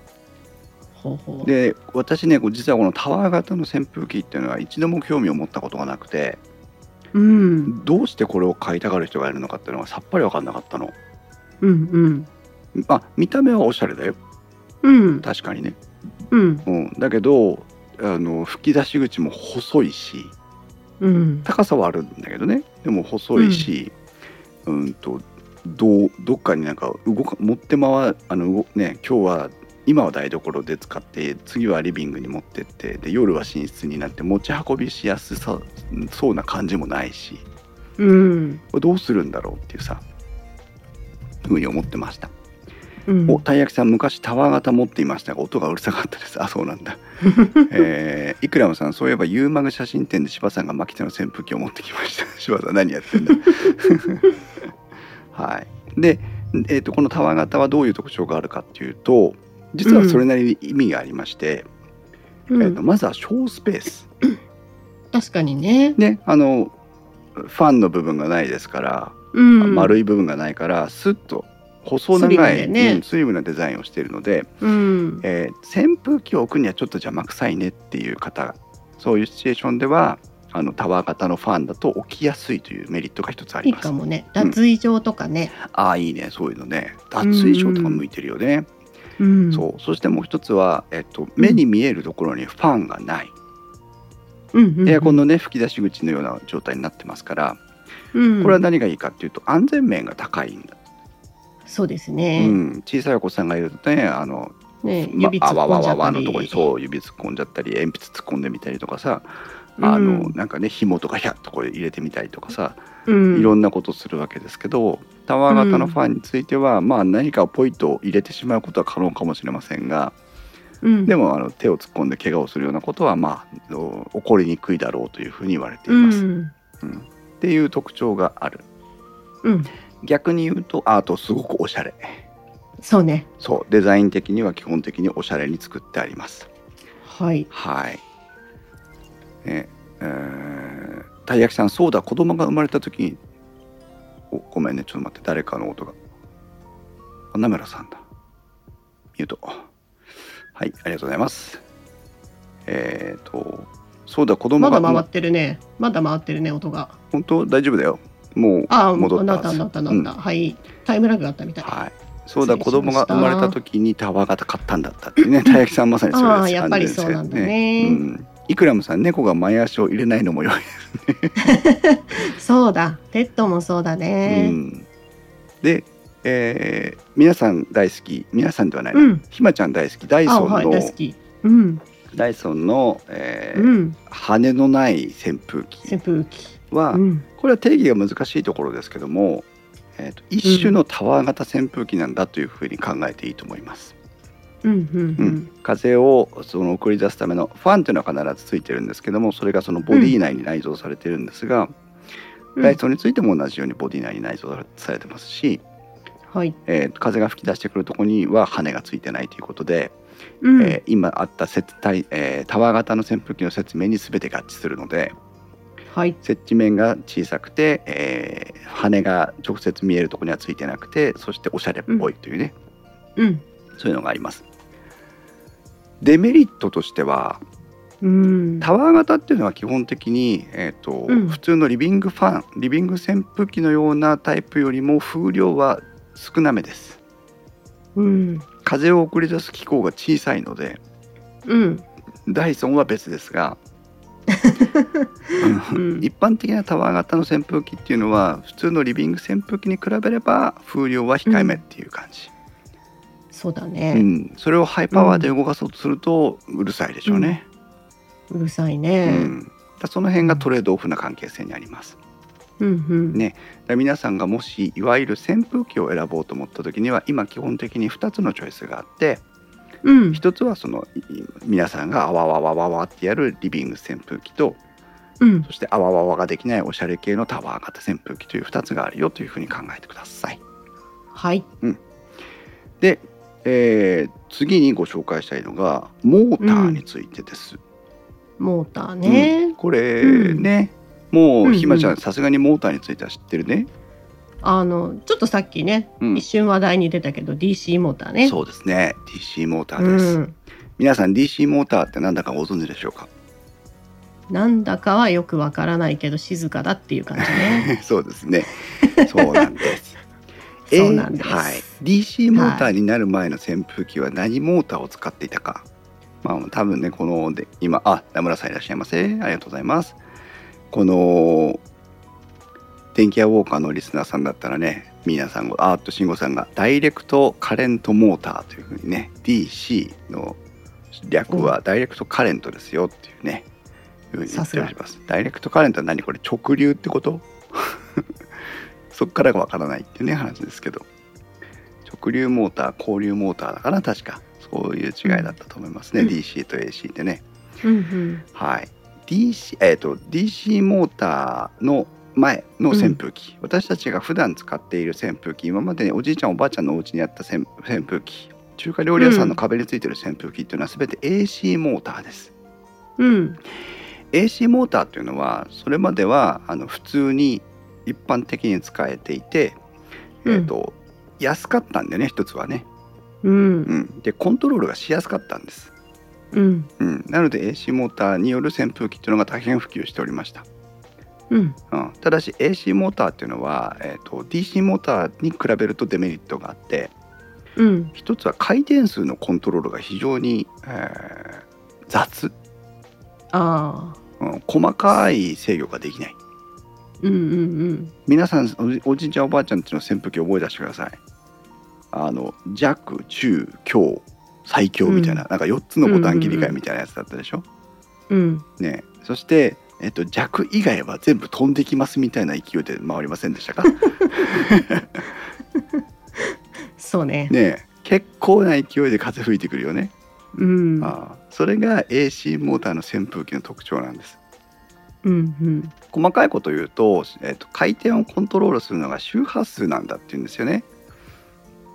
S2: ほうほう
S1: で私ねこう実はこのタワー型の扇風機っていうのは一度も興味を持ったことがなくて
S2: うん
S1: どうしてこれを買いたがる人がいるのかっていうのがさっぱり分かんなかったの
S2: うんうん
S1: まあ見た目はおしゃれだよ
S2: うん
S1: 確かにね
S2: うん
S1: うん、だけどあの吹き出し口も細いし
S2: うん
S1: 高さはあるんだけどねでも細いし、うん、とどうどっかになんか動か持って回あの動ね今日は今は台所で使って次はリビングに持ってってで夜は寝室になって持ち運びしやすさそうな感じもないし
S2: うん。
S1: これどうするんだろうっていうさふうに思ってました、
S2: うん
S1: おたい焼きさん昔タワー型持っていましたが音がうるさかったですあそうなん
S2: *laughs*
S1: だえー、イクラムさんそういえばユーマグ写真展で柴さんが牧手の扇風機を持ってきました *laughs* 柴さん何やってんだ *laughs* はいで、えー、とこのタワー型はどういう特徴があるかっていうと実はそれなりに意味がありまして、
S2: う
S1: えー、と
S2: ん。
S1: まずは小スペース
S2: 確かにね。
S1: ねあのファンの部分がないですから
S2: うん。
S1: 丸い部分がないからスッと細
S2: スリム
S1: 長
S2: で
S1: い
S2: ね
S1: うんスリムなデザインをしているので、
S2: うん。
S1: えー扇風機を置くにはちょっと邪魔くさいねっていう方そういうシチュエーションではあのタワー型のファンだと置きやすいというメリットが一つあ
S2: い
S1: り
S2: い
S1: ます。
S2: かもね。脱衣場とかね。
S1: ああいいねそういうのね脱衣所とか向いてるよね。
S2: うん。
S1: そうそしてもう一つは、えっと、目に見えるところにファンがない、
S2: うんうんうん。
S1: エアコンのね吹き出し口のような状態になってますから
S2: うん。
S1: これは何がいいかっていうと安全面が高いんだ、
S2: そうです
S1: う
S2: ね。
S1: ん、小さいお子さんがいるとねあの
S2: ね
S1: ま
S2: 指突
S1: あ
S2: っ
S1: わ
S2: 込
S1: わ
S2: んじゃ
S1: わ
S2: った
S1: わ
S2: り。
S1: のとこにそう指突っ込んじゃったり鉛筆突っ込んでみたりとかさあの、
S2: うん
S1: なんかね紐とかひゃっとこれ入れてみたりとかさ、
S2: うん。
S1: いろんなことするわけですけどタワー型のファンについては、まあ何かをポイッと入れてしまうことは可能かもしれませんが
S2: うん。
S1: でもあの手を突っ込んで怪我をするようなことはまあお起こりにくいだろうというふうに言われています、
S2: う
S1: っ
S2: ん。
S1: ていう特徴がある
S2: うん。
S1: 逆に言うとあとすごくおしゃれ
S2: そうね。
S1: そうデザイン的には基本的におしゃれに作ってあります
S2: はい。
S1: はい。ね、えー、たい焼きさん、そうだ、子供が生まれた時に。お、ごめんね、ちょっと待って、誰かの音が。あ、なめらさんだ。ミュート。はい、ありがとうございます。えっ、と、そうだ、子供
S2: ま
S1: が。
S2: だ回ってるね。まだ回ってるね、音が。
S1: 本当、大丈夫だよ。もう。
S2: ああ、
S1: 戻った
S2: なったなったなった。はい。タイムラグがあったみたい。
S1: はい。そうだ
S2: 失礼しまし
S1: 子供が
S2: た
S1: 生まれた時にタワー型買ったんだったってねたい焼きさんまさにそれです
S2: ああやっぱりそうなんだね
S1: うん、イクラムさん猫が前足を入れないのも良い
S2: そうだ。ペットもそうだ
S1: う
S2: ね。
S1: んで、えー皆さん大好き皆さんではないな、
S2: うん。
S1: ひまちゃん大好きダイ
S2: あ
S1: ソンの、
S2: はい、大好き。うん。
S1: ダイソンの、えー
S2: うん。
S1: 羽のない扇風機
S2: 扇風機。
S1: は、
S2: うん。
S1: これは定義が難しいところですけども、えーと一種のタワー型扇風機なんだというふうに考えていいと思います。
S2: うん。うん
S1: う
S2: うんん。
S1: 風をその送り出すためのファンというのは必ずついてるんですけどもそれがそのボディ内に内蔵されてるんですが、
S2: うん
S1: ダイソンについても同じようにボディ内に内蔵されてますし、
S2: はい。
S1: えー風が吹き出してくるところには羽がついてないということで、
S2: うん。
S1: えー今あった接体、えータワー型の扇風機の説明に全て合致するので
S2: はい。
S1: 接地面が小さくて、えー羽が直接見えるところにはついてなくてそしておしゃれっぽいというね、
S2: うん。
S1: そういうのがあります。デメリットとしては
S2: うん。
S1: タワー型っていうのは基本的に、えーと
S2: うん
S1: 普通のリビングファンリビング扇風機のようなタイプよりも風量は少なめです。
S2: うん。
S1: 風を送り出す機構が小さいので
S2: うん。
S1: ダイソンは別ですがうん
S2: うん
S1: 一般的なタワー型の扇風機っていうのは普通のリビング扇風機に比べれば風量は控えめっていう感じ、
S2: そうだ
S1: う
S2: ね。
S1: んそれをハイパワーで動かそうとするとうるさいでしょうね、
S2: うるさい
S1: うん
S2: ね。
S1: だからその辺がトレードオフな関係性にあります
S2: うん。うん。
S1: ねだから皆さんがもしいわゆる扇風機を選ぼうと思った時には今基本的に2つのチョイスがあって
S2: うん。
S1: 一つはそのい皆さんがあわわわわわってやるリビング扇風機と
S2: うん。
S1: そしてあわわわができないおしゃれ系のタワー型扇風機という2つがあるよというふうに考えてください。
S2: はい。
S1: で、えー次にご紹介したいのがモーターについてです。
S2: モーター
S1: うん
S2: ね。
S1: これ
S2: うん
S1: ね、も
S2: うんう
S1: うんひまちゃんさすがにモーターについては知ってるね。
S2: あの、ちょっとさっきね、
S1: うん
S2: 一瞬話題に出たけど、DC モーターね。
S1: そうですね DC モーター
S2: う
S1: です、
S2: ん。
S1: 皆さん DC モーターってなんだかご存知でしょうか *laughs*
S2: なんだかはよくわからないけど、静かだっていう感じ
S1: *laughs*
S2: ね。
S1: そうですねそうなんです。
S2: そうなんです。
S1: えーはい、DC モーターになる前の扇風機は何モーターを使っていたか、まあ多分ねこので今あ名村さんいらっしゃいませありがとうございますこの電気屋ウォーカーのリスナーさんだったらね皆さんごあーっと慎吾さんがダイレクトカレントモーターというふうにね DC の略はダイレクトカレントですよっていうね、いうふうに言っておりますダイレクトカレントは何これ直流ってこと *laughs* そっからがわからないっていうね話ですけど直流モーター交流モーターだから確かそういう違いだったと思いますね、
S2: うん
S1: DC と AC ってね
S2: うんうん
S1: はい、DC, えー、と DC モーターの前の扇風機、私たちが普段使っている扇風機今までねおじいちゃんおばあちゃんのお家にあった扇扇風機中華料理屋さんの壁についてる扇風機っていうのは全て AC モーターです。
S2: うん。
S1: AC モーターっていうのはそれまではあの普通に一般的に使えていて、えーと安かったんでね一つはね、
S2: うん
S1: うん、でコントロールがしやすかったんです、
S2: うん
S1: うん、なので AC モーターによる扇風機っていうのが大変普及しておりました
S2: うん
S1: うん、ただし AC モーターっていうのは、えー、と DC モーターに比べるとデメリットがあって
S2: うん
S1: 一つは回転数のコントロールが非常に、えー雑、
S2: ああ
S1: うん、細かい制御ができない
S2: うんうん
S1: 皆さんおじおじいちゃんおばあちゃんちの扇風機覚え出してくださいあの弱中強最強みたいな、
S2: う
S1: なんか4つのボタン切り替えみたいなやつだったでしょ、
S2: うんうん
S1: ねそして、えっと、弱以外は全部飛んできますみたいな勢いで回りませんで
S2: *laughs*
S1: したか
S2: そうね。
S1: ねえ結構な勢いで風吹いてくるよね、
S2: うんうん
S1: ああそれが AC モーターの扇風機の特徴なんです
S2: うん
S1: 細かいこと言うと,、えっと回転をコントロールするのが周波数なんだっていうんですよね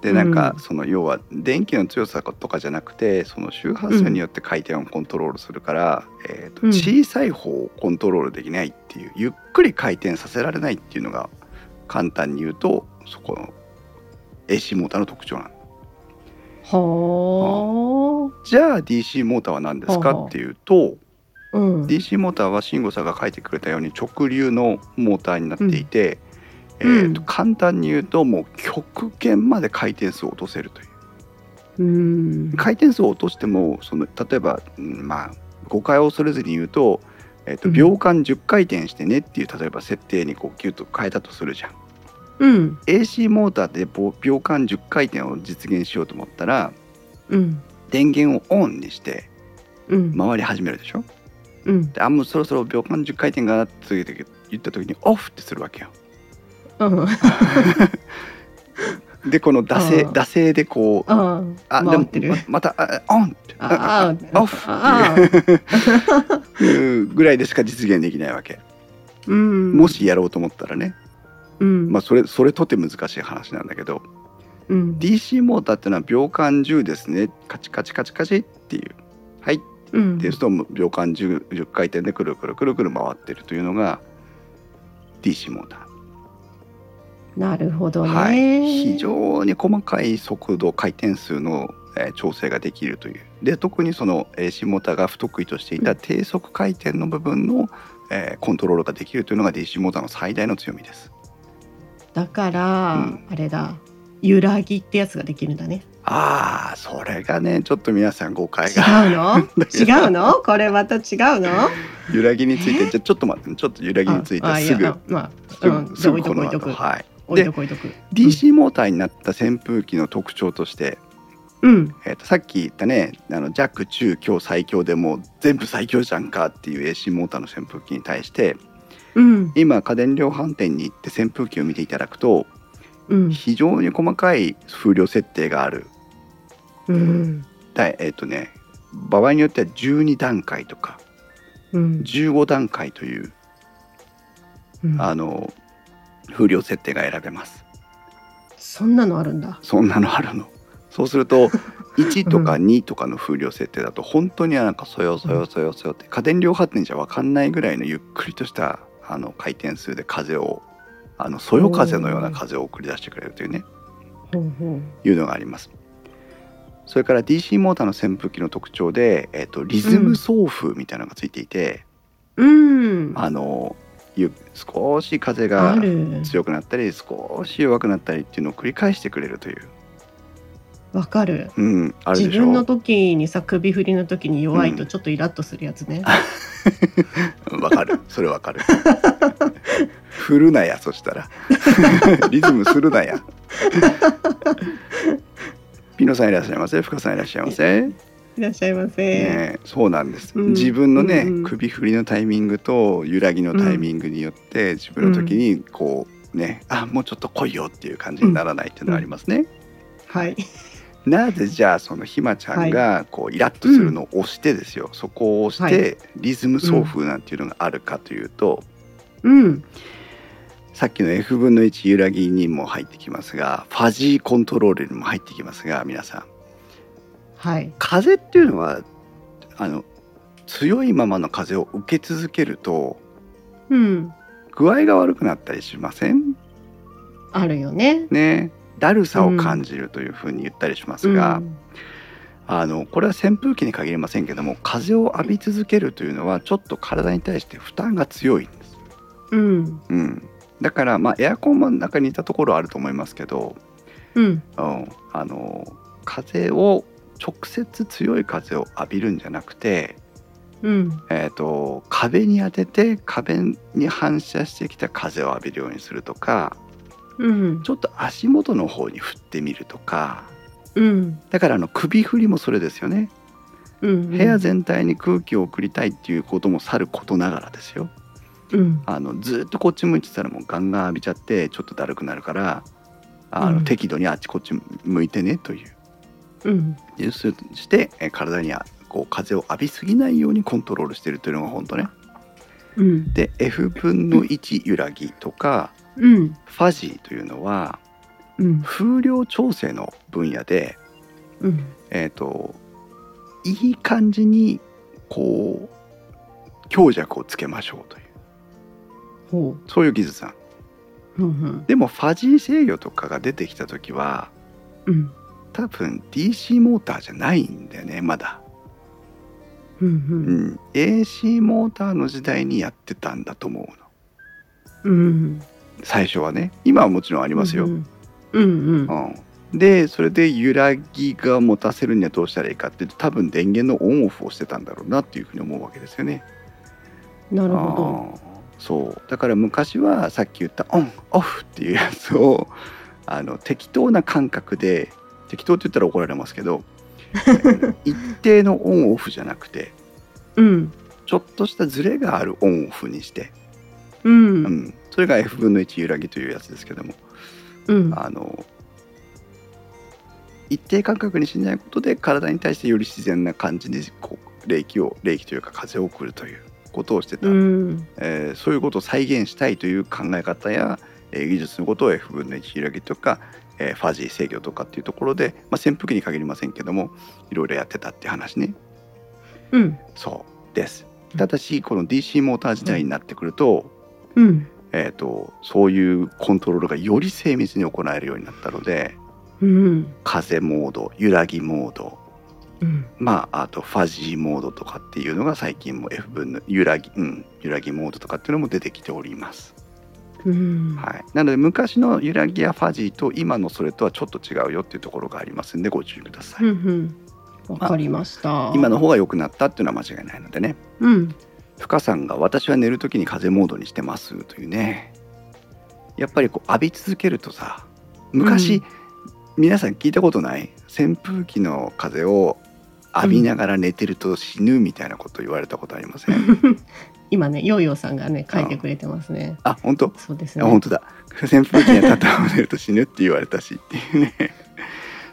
S1: でなんか
S2: うん
S1: その要は電気の強さとかじゃなくてその周波数によって回転をコントロールするから、えっと
S2: うん
S1: 小さい方をコントロールできないっていうゆっくり回転させられないっていうのが簡単に言うとそこの AC モーターの特徴なんです
S2: は
S1: じゃあ DC モーターは何です
S2: ほうほ
S1: か
S2: う
S1: っていうと
S2: あ。うん。
S1: DC モーターは慎吾さんが書いてくれたように直流のモーターになっていて、
S2: うん
S1: えーと
S2: うん
S1: 簡単に言うともう極限まで回転数を落とせるという
S2: うん。
S1: 回転数を落としてもその例えば、うんまあ誤解を恐れずに言うと,、えーと
S2: うん
S1: 秒間10回転してねっていう例えば設定にこうギュッと変えたとするじゃん。
S2: うん。
S1: AC モーターでぼ秒間10回転を実現しようと思ったら
S2: うん。
S1: 電源をオンにして
S2: うん。
S1: 回り始めるでしょ
S2: うん。
S1: であもうそろそろ秒間10回転がなって言った時にオフってするわけよ
S2: うん。
S1: でこの惰性
S2: あー
S1: 惰性でこう
S2: ああ。
S1: で
S2: 回ってる
S1: ま。またああオンってあ
S2: あ
S1: あ
S2: あ。
S1: オフ
S2: ああ。
S1: っていうぐらいでしか実現できないわけ、
S2: うん。
S1: も。しやろうと思ったらね、
S2: うん。
S1: まあ、それそれとて難しい話なんだけど
S2: うん。
S1: DC モーターってのは秒間10ですねカチカチカチカチっていうはいって
S2: うん。
S1: 言うと秒間 10, 10回転でくるくるくるくる回ってるというのが DC モーター。
S2: なるほどね。
S1: はい、非常に細かい速度回転数の、えー調整ができるというで特にその、えー、シモーターが不得意としていた低速回転の部分の、えーコントロールができるというのが DC モーターの最大の強みです。
S2: だから、
S1: うん
S2: あれだ。揺らぎってやつができるんだね。
S1: ああそれがねちょっと皆さん誤解
S2: 違
S1: が
S2: うの？違うの？これまた違うの？
S1: 揺らぎについて
S2: え
S1: じゃあちょっと待ってねちょっと揺らぎについ
S2: あ
S1: て
S2: あ
S1: す
S2: い
S1: ぐ
S2: やまあ、
S1: す
S2: うん、
S1: ぐ
S2: じ
S1: す
S2: ゃあ置
S1: ぐ
S2: いと
S1: こ
S2: く
S1: の
S2: 置いと
S1: 後
S2: く
S1: はい
S2: 置いとく置いとく。
S1: DC モーターになった扇風機の特徴として、
S2: うん
S1: えー、とさっき言ったねあの弱中強最強でもう全部最強じゃんかっていう AC モーターの扇風機に対して
S2: うん
S1: 今家電量販店に行って扇風機を見ていただくと
S2: うん
S1: 非常に細かい風量設定がある
S2: うん
S1: だいえっ、とね場合によっては12段階とか
S2: うん
S1: 15段階という
S2: うん
S1: あの風量設定が選べます
S2: そんなのあるんだ。
S1: そんなのあるのそうする
S2: *laughs*
S1: と1とか2とかの風量設定だと本当にはなんかそよそよそよそよって家電量販店じゃ分かんないぐらいのゆっくりとしたあの回転数で風をあのそよ風のような風を送り出してくれるというね
S2: ほうほう
S1: いうのがあります。それから DC モーターの扇風機の特徴で、えっとリズム送風みたいなのがついていて、
S2: うん
S1: あのゆ少し風
S2: あ
S1: が
S2: る
S1: 強くなったり少し弱くなったりっていうのを繰り返してくれるという、
S2: わかる。
S1: うん、ある
S2: 自
S1: でしょ
S2: 分の時にさ首振りの時に弱いとちょっ
S1: *laughs*
S2: とイラッとするやつね。
S1: わかるそれわかる振るなやそした
S2: *laughs*
S1: らリズムするなやピノさんいらっしゃいませ深さんいらっしゃいませ、ね
S2: いらっしゃいませ。
S1: え、そうなんです、
S2: うん
S1: 自分のね、
S2: うんうん
S1: 首振りのタイミングと揺らぎのタイミングによって、自分の時にこうねあもうちょっと来いよっていう感じにならないっていうのはありますね、
S2: はい。
S1: なぜじゃあそのひまちゃんがこうイラッとするのを押してですよ、そこを押してリズム送風なんていうのがあるかというと、
S2: うん。
S1: さっきの F 分の1揺らぎにも入ってきますがファジーコントロールにも入ってきますが皆さん
S2: はい。
S1: 風っていうのはあの強いままの風を受け続けると
S2: うん。
S1: 具合が悪くなったりしません
S2: あるよね。
S1: ねだるさを感じるというふうに言ったりしますが、
S2: うん
S1: あのこれは扇風機に限りませんけども風を浴び続けるというのはちょっと体に対して負担が強いんです、
S2: うん。
S1: うん、だからまあエアコンも中にいたところはあると思いますけど、
S2: うん。
S1: うん、あの風を直接強い風を浴びるんじゃなくて、
S2: うん。
S1: えー、と壁に当てて壁に反射してきた風を浴びるようにするとか
S2: うん。
S1: ちょっと足元の方に振ってみるとか
S2: うん。
S1: だからあの首振りもそれですよね
S2: うん。
S1: 部屋全体に空気を送りたいっていうこともさることながらですよ
S2: うん。
S1: あのずーっとこっち向いてたらもうガンガン浴びちゃってちょっとだるくなるからあの、
S2: うん
S1: 適度にあっちこっち向いてねという
S2: うん。
S1: でそうしてえー体にはこう風を浴びすぎないようにコントロールしてるというのが本当ね
S2: うん。
S1: で F 分の1揺らぎとか
S2: うん。
S1: ファジーというのは
S2: うん。
S1: 風量調整の分野で
S2: うん。
S1: えー、といい感じにこう強弱をつけましょうという
S2: ほ
S1: そういう技術なん
S2: う。うん。
S1: でもファジー制御とかが出てきた時は
S2: うん。
S1: 多分 DC モーターじゃないんだよねまだ、
S2: う。
S1: うんん、AC モーターの時代にやってたんだと思うの
S2: うん。
S1: 最初はね今はもちろんあ
S2: い
S1: りますよ、
S2: う
S1: うん
S2: ん。うん。
S1: でそれで揺らぎが持たせるにはどうしたらいいかっていうと多分電源のオンオフをしてたんだろうなっていうふうに思うわけですよね
S2: なるほ
S1: あーそうだから昔はさっき言ったオンオフっていうやつをあの適当な感覚で適当って言ったら怒られますけ
S2: *laughs*
S1: ど一定のオンオフじゃなくて
S2: ど。うん。
S1: ちょっとしたズレがあるオンオフにして、
S2: う。
S1: うんん、それが F 分の1揺らぎというやつですけども
S2: うん。
S1: あの一定感覚にしないことで体に対してより自然な感じでこう冷気を冷気というか風を送るということをしてた
S2: うん。
S1: えーそういうことを再現したいという考え方や、えー技術のことを F 分の1開きとか、えーファジー制御とかっていうところで、まあ、扇風機に限りませんけどもいろいろやってたって話ね
S2: うん。
S1: そうですただしこの DC モーター時代になってくると,、
S2: うん。
S1: えー、とそういうコントロールがより精密に行えるようになったので
S2: うん。
S1: 風モード揺らぎモード
S2: うん。
S1: まあ、あとファジーモードとかっていうのが最近も F 分の揺らぎ、うん、揺らぎモードとかっていうのも出てきております。
S2: うん。
S1: はい、なので昔の揺らぎやファジーと今のそれとはちょっと違うよっていうところがありますんでご注意ください、
S2: うん。わかりました。
S1: 今の。方が良くなったっていうのは間違いないのでね
S2: うん。
S1: 深さんが「私は寝る時に風モードにしてます」というねやっぱりこう浴び続けるとさ昔、
S2: うん
S1: 皆さん聞いたことない扇風機の風を浴びながら寝てると死ぬみたいなこと言われたことありません、
S2: *laughs* 今ね、ヨーヨーさんがね、書いてくれてますね。
S1: あ本当
S2: そうです
S1: い
S2: ね。
S1: や本当だ扇風機に当たったまま寝ると死ぬって言われたしっていうね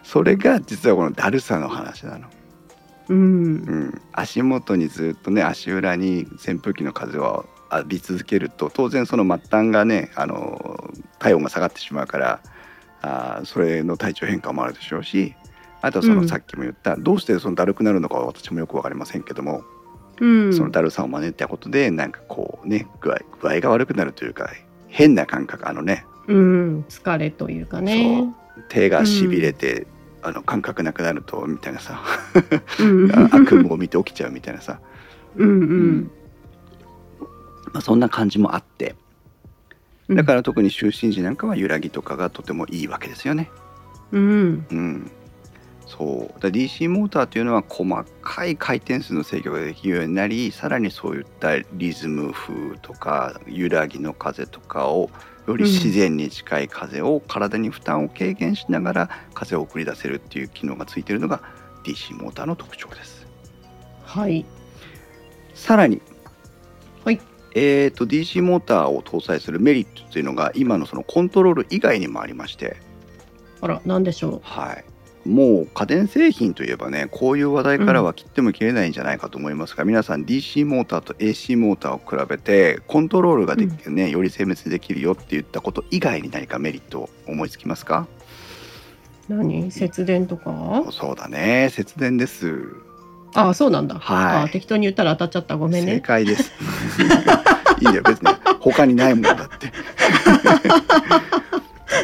S1: それが実はこのだるさの話なの、
S2: うん
S1: う。ん、足元にずっとね足裏に扇風機の風を浴び続けると当然その末端がねあの体温が下がってしまうからあーそれの体調変化もあるでしょうしあとはそうの
S2: ん
S1: さっきも言った、どうしてそのだるくなるのかは私もよく分かりませんけども、
S2: うん。
S1: そのだるさを真似たことでなんかこうね具合具合が悪くなるというか変な感覚あのね
S2: うん。疲れというかね。
S1: 手がしびれて、あの感覚なくなるとみたいな
S2: *laughs*
S1: さ
S2: うん。
S1: あ悪夢を見て起きちゃうみたいなさ、
S2: うん。
S1: まあ、そんな感じもあって
S2: うん。
S1: だから特に就寝時なんかは揺らぎとかがとてもいいわけですよね。
S2: ら。うん。
S1: うん、そうだ DC モーターというのは細かい回転数の制御ができるようになりさらにそういったリズム風とか揺らぎの風とかをより自然に近い風を体に負担を軽減しながら風を送り出せるっていう機能がついているのが DC モーターの特徴です
S2: はい
S1: さらに、
S2: はい
S1: えー、と DC モーターを搭載するメリットというのが今のそのコントロール以外にもありまして、
S2: あら何でしょ
S1: はい、もう家電製品といえばねこういう話題からは切っても切れないんじゃないかと思いますが、皆さん DC モーターと AC モーターを比べてコントロールができてね、より精密にできるよって言ったこと以外に何かメリット思いつきますか
S2: う何節電とか
S1: そうだね節電です
S2: ああそうなんだ、
S1: はい
S2: あ適当に言ったら当たっちゃったごめん
S1: 正
S2: ね
S1: 解です *laughs* いいんだよ別に他にないもんだって *laughs*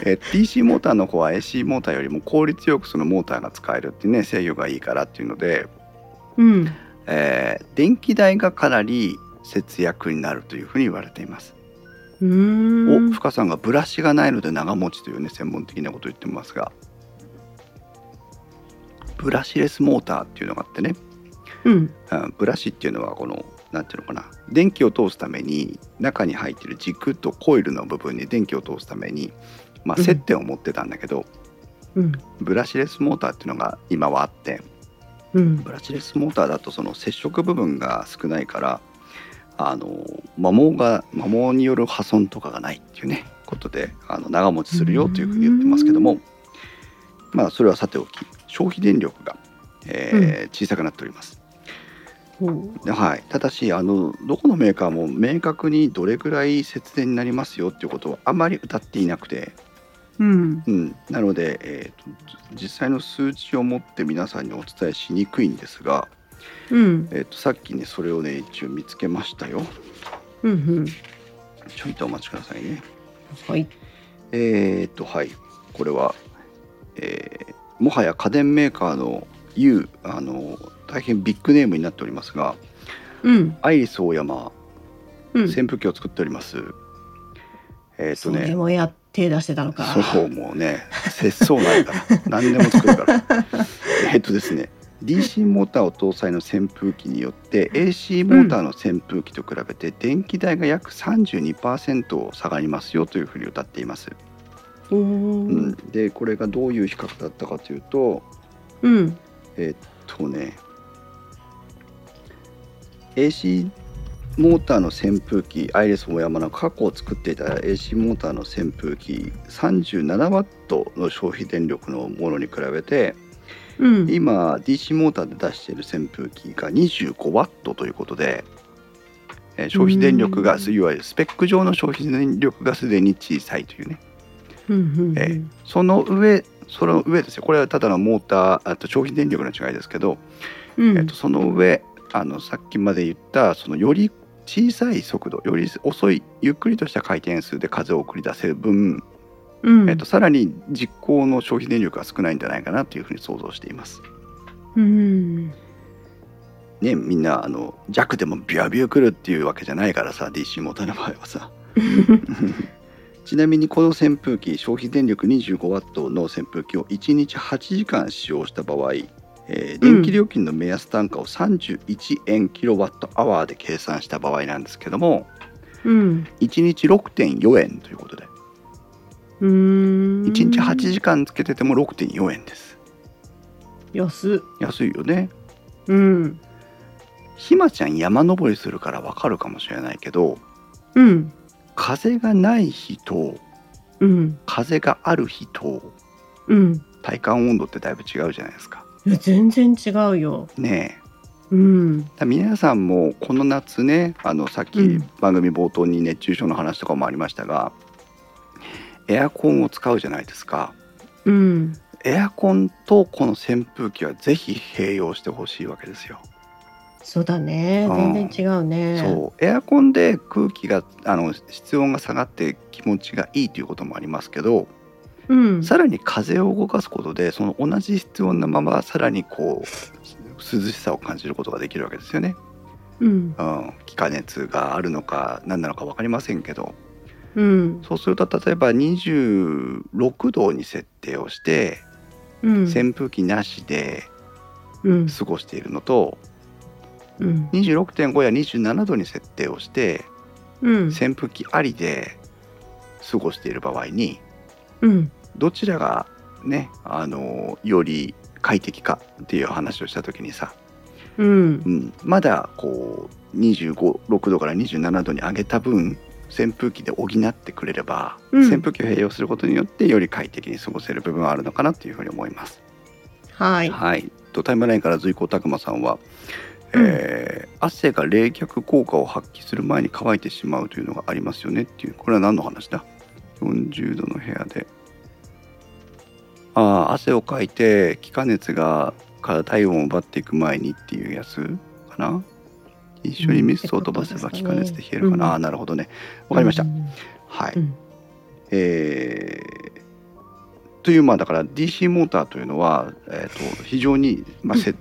S1: え DC モーターの方は AC モーターよりも効率よくそのモーターが使えるっていうね制御がいいからっていうので
S2: うん
S1: えー電気代がかなり節約になるというふうに言われています。
S2: うー
S1: お、
S2: ん
S1: 深さんがブラシがないので長持ちというね専門的なことを言ってますが、ブラシレスモーターっていうのがあってね、
S2: うん
S1: うんブラシっていうのはこのなんていうのかな、電気を通すために中に入っている軸とコイルの部分に電気を通すために、まあ
S2: うん
S1: 接点を持ってたんだけど、
S2: うん
S1: ブラシレスモーターっていうのが今はあって、
S2: うん
S1: ブラシレスモーターだとその接触部分が少ないからあの摩耗が摩耗による破損とかがないっていうねことであの長持ちするよというふうに言ってますけどもまあそれはさておき消費電力が、えー小さくなっております。
S2: ほ
S1: ではい、ただしあのどこのメーカーも明確にどれぐらい節電になりますよっていうことをあまり歌っていなくて、
S2: ううん
S1: うん、なので、えーと実際の数値を持って皆さんにお伝えしにくいんですが、
S2: うん
S1: えっとさっきねそれをね一応見つけましたよ
S2: うんうん
S1: ちょいとお待ちくださいね
S2: はい
S1: えーっとはいこれは、えーもはや家電メーカーの U あの大変ビッグネームになっておりますが
S2: うん
S1: アイリスオーヤマ
S2: うん
S1: 扇風機を作っております、えーっと
S2: それ
S1: ね
S2: もや手出してたのか
S1: そうもうね節操ないから何でも作る *laughs* からえーっとですね DC モーターを搭載の扇風機によって AC モーターの扇風機と比べて電気代が約32%下がりますよというふうに歌っています、
S2: う
S1: うんん、でこれがどういう比較だったかというと
S2: うん
S1: えーっとね AC モーターの扇風機アイレスオヤマの過去を作っていた AC モーターの扇風機 37W の消費電力のものに比べて
S2: うん
S1: 今 DC モーターで出している扇風機が 25W ということでえー消費電力が
S2: うん
S1: いわゆるスペック上の消費電力がすでに小さいというね
S2: うんうん
S1: えーその上その上ですよこれはただのモーターあと消費電力の違いですけど
S2: うん
S1: えっと、その上あのさっきまで言ったそのより小さい速度より遅いゆっくりとした回転数で風を送り出せる分、
S2: うん
S1: えっと、さらに実行の消費電力が少ないんじゃないかなというふうに想像しています。
S2: うん
S1: ね、みんなあの弱でもビュアビュア来るっていうわけじゃないからさ DC モーターの場合は
S2: *laughs*
S1: さちなみにこの扇風機消費電力 25W の扇風機を1日8時間使用した場合、えー電気料金の目安単価を31円キロワットアワーで計算した場合なんですけども
S2: うん
S1: 1日6.4円ということで
S2: うーん
S1: 1日8時間つけてても6.4円です
S2: 安っ
S1: 安いよね
S2: うん
S1: ひまちゃん山登りするからわかるかもしれないけど
S2: うん
S1: 風がない日と
S2: うん
S1: 風がある日と
S2: うん
S1: 体感温度ってだいぶ違うじゃないですか。
S2: いや全然違うよ
S1: ねえ
S2: うん
S1: だから皆さんもこの夏ねあのさっ
S2: う
S1: き
S2: ん
S1: 番組冒頭に熱中症の話とかもありましたが、エアコンを使うじゃないですか。
S2: うん
S1: エアコンとこの扇風機はぜひ併用してほしいわけですよ。
S2: そうだね
S1: うん
S2: 全然違うね
S1: そうエアコンで空気があの室温が下がって気持ちがいいということもありますけど、
S2: ううん
S1: さらに風を動かすことでその同じ室温のままさらにこう涼しさを感じることができるわけですよね。
S2: うん
S1: うん、気化熱があるのか何なのか分かりませんけど
S2: うん
S1: そうすると例えば26度に設定をして
S2: うん
S1: 扇風機なしで
S2: うん
S1: 過ごしているのと
S2: うん
S1: 26.5や27度に設定をして
S2: うん
S1: 扇風機ありで過ごしている場合に
S2: うん
S1: どちらがねあのより快適かっていう話をした時にさ、
S2: うん
S1: うん、まだこう256度から27度に上げた分扇風機で補ってくれれば、
S2: うん
S1: 扇風機を併用することによってより快適に過ごせる部分はあるのかなというふうに思います。
S2: はい
S1: はい、とタイムラインから随行拓磨さんは、
S2: うん
S1: えー汗が冷却効果を発揮する前に乾いてしまうというのがありますよねっていうこれは何の話だ ?40 度の部屋でああ汗をかいて気化熱がから体温を奪っていく前にっていうやつかな一緒にミストを飛ばせば気化熱で冷えるかな、
S2: うん
S1: ああなるほどねわかりました、
S2: うん
S1: はい、
S2: うん
S1: えーというまあだから DC モーターというのは、えー、と非常に、まあせ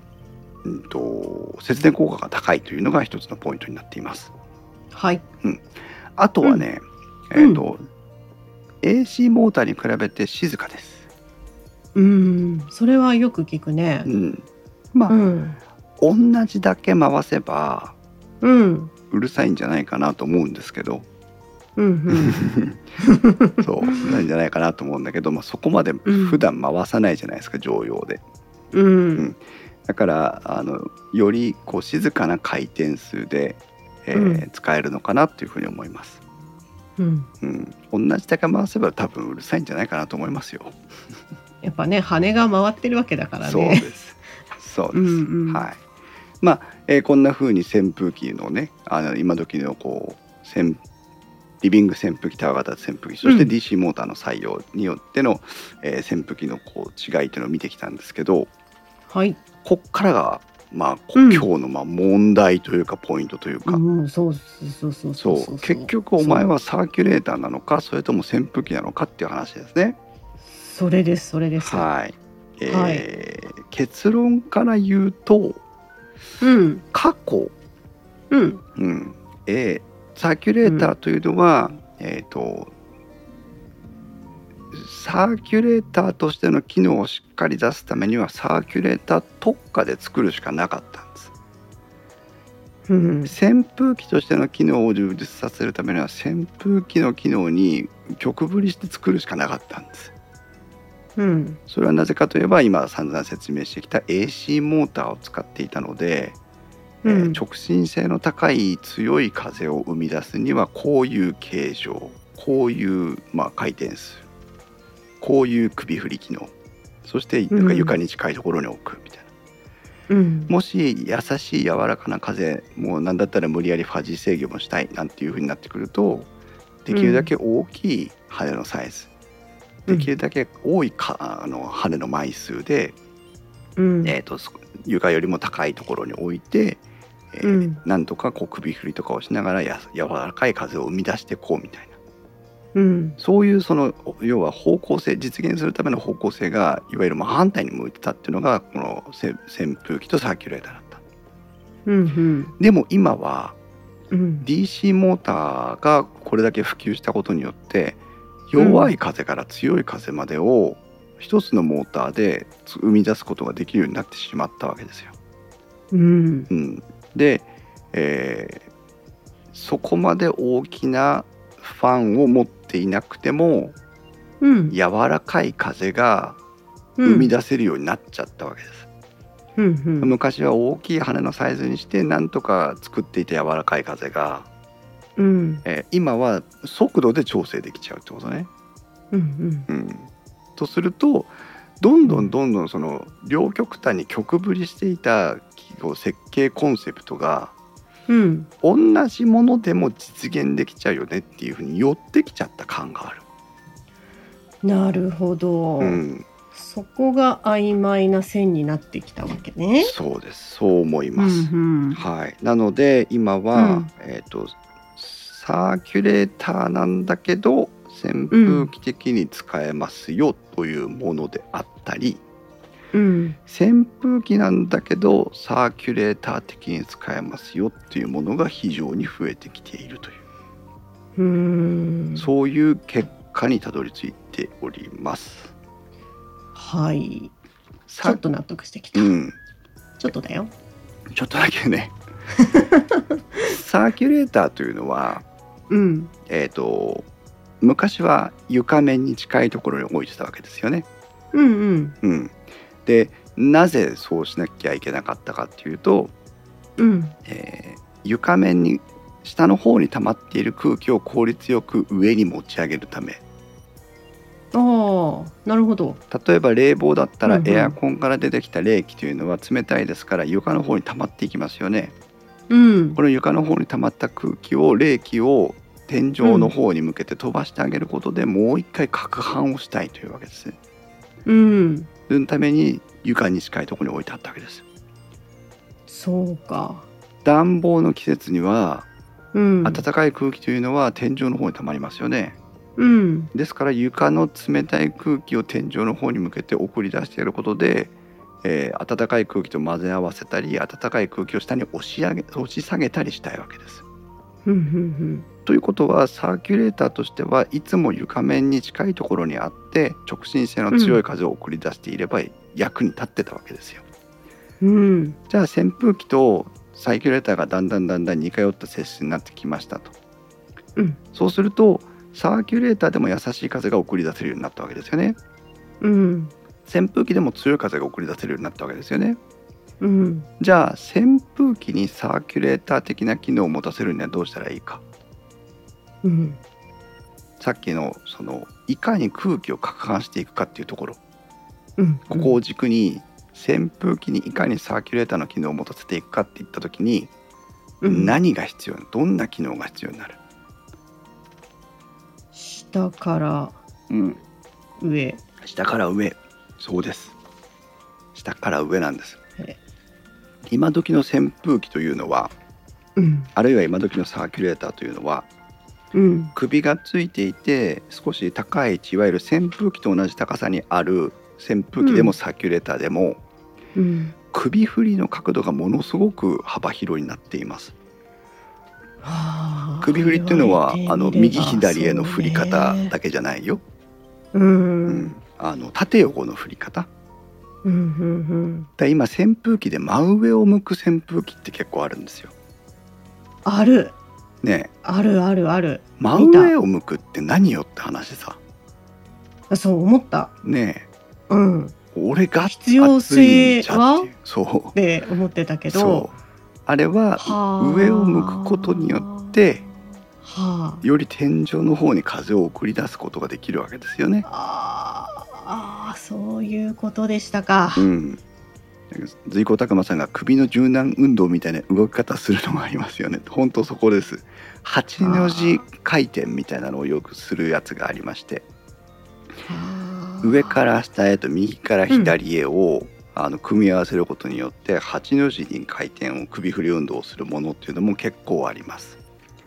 S1: うん、と節電効果が高いというのが一つのポイントになっています。
S2: はい
S1: あとはね、
S2: うん
S1: えーと AC モーターに比べて静かです。
S2: うんそれはよく聞くね
S1: うん、ま
S2: う
S1: あ、
S2: ん
S1: 同じだけ回せば
S2: うん
S1: うるさいんじゃないかなと思うんですけど
S2: うんうん
S1: *laughs* そううるさいんじゃないかなと思うんだけど、まあ、そこまで普段回さないじゃないですか常用で。
S2: うん
S1: だからあのよりこう静かな回転数で、えー使えるのかなというふうに思います。
S2: うん
S1: うん、同じだけ回せば多分うるさいんじゃないかなと思いますよ。
S2: やっぱね羽が回ってるわけだからね
S1: そうです。そうです。
S2: うんうん
S1: はい。まあ、えーこんな風に扇風機のね、あの今時のこう扇リビング扇風機タワー型扇風機、そして
S2: うん
S1: DC モーターの採用によっての、えー扇風機のこう違いというのを見てきたんですけど、
S2: はい
S1: こっからがまあ、こ
S2: うん
S1: 今日のまあ問題というかポイントというか、
S2: うんそうそうそ
S1: そ
S2: うそううそう
S1: 結局お前はサーキュレーターなのかそれとも扇風機なのかっていう話ですね。
S2: それですそれです
S1: はい、えー
S2: は
S1: 結論から言うと
S2: うん
S1: 過去、
S2: うん
S1: うんえーサーキュレーターというのは、えー、とサーキュレーターとしての機能をしっかり出すためにはサーキュレーター特化で作るしかなかったんです。
S2: うん
S1: 扇風機としての機能を充実させるためには扇風機の機能に極振りして作るしかなかったんです
S2: うん
S1: それはなぜかといえば今散々説明してきた AC モーターを使っていたので、
S2: う
S1: え
S2: ん
S1: ー直進性の高い強い風を生み出すにはこういう形状こういう、まあ、回転数こういう首振り機能そしてなんか
S2: うん
S1: 床に近いところに置くみたいな。
S2: うん
S1: もし優しい柔らかな風もう何だったら無理やりファジー制御もしたいなんていう風になってくるとできるだけ大きい羽のサイズ、
S2: うん
S1: できるだけ多いかあの羽の枚数で、
S2: うん
S1: えー、とす床よりも高いところに置いて、えー
S2: うん
S1: なんとかこう首振りとかをしながらや柔らかい風を生み出してこうみたいな
S2: うん
S1: そういうその要は方向性実現するための方向性がいわゆる真反対に向いてたっていうのがこのせ扇風機とサーキュレーターだった。
S2: うん
S1: でも今は
S2: うん
S1: DC モーターがこれだけ普及したことによって弱い風から強い風までを一つのモーターで生み出すことができるようになってしまったわけですよ。
S2: うん
S1: うん、で、えーそこまで大きなファンを持っていなくても
S2: うん
S1: 柔らかい風が
S2: うん
S1: 生み出せるようになっちゃったわけです。
S2: うんうん
S1: 昔は大きい羽のサイズにしてなんとか作っていた柔らかい風が
S2: うん
S1: えー今は速度で調整できちゃうってことね。
S2: うん
S1: うん、とするとどんどんどんどんその両極端に極振りしていたこう設計コンセプトが
S2: うん
S1: 同じものでも実現できちゃうよねっていうふうに寄ってきちゃった感がある。
S2: なるほど、
S1: うん、
S2: そこが曖昧な線になってきたわけね。
S1: そうですそう思います。
S2: うんうん
S1: はい、なので今は、
S2: うん
S1: えー、とサーキュレーターなんだけど扇風機的に使えますよというものであったり、
S2: うん
S1: 扇風機なんだけどサーキュレーター的に使えますよっていうものが非常に増えてきているという、
S2: うん
S1: そういう結果にたどり着いております。
S2: はいちょっと納得してきた、
S1: うん、
S2: ちょっとだよ
S1: ちょっとだけ
S2: *laughs*
S1: ねサーキュレーターというのは、
S2: うん
S1: えー、と昔は床面に近いところに置いてたわけですよね。
S2: うんうん
S1: うん、でなぜそうしなきゃいけなかったかっていうと、
S2: うん
S1: えー床面に下の方に溜まっている空気を効率よく上に持ち上げるため
S2: ああなるほど
S1: 例えば冷房だった
S2: う
S1: ら
S2: んうん
S1: エアコンから出てきた冷気というのは冷たいですから床の方に溜まっていきますよね。
S2: うん
S1: この床の方に溜まった空気を冷気を天井の方に向けて飛ばしてあげることで、もう一回攪拌をしたいというわけですね。
S2: うん
S1: そのために床に近いところに置いてあったわけです。
S2: そうか
S1: 暖房の季節には
S2: うん
S1: 暖かい空気というのは天井の方に溜まりますよね。
S2: うん
S1: ですから床の冷たい空気を天井の方に向けて送り出してやることで、えー暖かい空気と混ぜ合わせたり暖かい空気を下に押し上げ押し下げたりしたいわけです。
S2: うんうん
S1: ということはサーキュレーターとしてはいつも床面に近いところにあって直進性の強い風を送り出していれば役に立ってたわけですよ。
S2: うんうん
S1: じゃあ扇風機とサーキュレーターがだんだんだんだん似通った性質になってきましたと。
S2: うん
S1: そうするとサーキュレーターでも優しい風が送り出せるようになったわけですよね。
S2: うん
S1: 扇風機でも強い風が送り出せるようになったわけですよね。
S2: うん
S1: じゃあ扇風機にサーキュレーター的な機能を持たせるにはどうしたらいいか。
S2: うん
S1: さっきのそのいかに空気を攪拌していくかっていうところ
S2: うん
S1: ここを軸に扇風機にいかにサーキュレーターの機能を持たせていくかっていった時に
S2: うん
S1: 何が必要どんな機能が必要になる、
S2: 下から
S1: うん、
S2: 上
S1: 下から上そうです下から上なんです
S2: へ
S1: 今時の扇風機というのは
S2: うん
S1: あるいは今時のサーキュレーターというのは
S2: うん
S1: 首がついていて少し高い位置いわゆる扇風機と同じ高さにある扇風機で
S2: う
S1: も
S2: ん
S1: サーキュレーターでも、
S2: うん
S1: 首振りの角度がものすごく幅広になっています
S2: はあ
S1: 首振りっていうのは
S2: 言わ
S1: あ
S2: れ
S1: の
S2: てみ
S1: 右
S2: れば
S1: 左への振り方
S2: そうね
S1: だけじゃないよ、
S2: う
S1: うんん、あの縦横の振り方
S2: うんうん
S1: だから今扇風機で真上を向く扇風機って結構あるんですよ。
S2: ある
S1: ねえ
S2: あるあるある
S1: 真上を向くって何よって話さ
S2: そう思った
S1: ね
S2: うん
S1: え俺が
S2: 必要性
S1: 暑いんじゃっ
S2: は
S1: ていうそ
S2: って思ってたけ
S1: う
S2: ど
S1: そうあれは
S2: はあ
S1: 上を向くことによって
S2: は
S1: より天井の方に風を送り出すことができるわけですよね。
S2: あああそういうことでしたか
S1: うん随行拓磨さんが首の柔軟運動みたいな動き方するのがありますよね本当そこです8の字回転みたいなのをよくするやつがありまして
S2: はあ
S1: 上から下へと右から左へを、あの組み合わせることによって8の字に回転を首振り運動をするものっていうのも結構あります。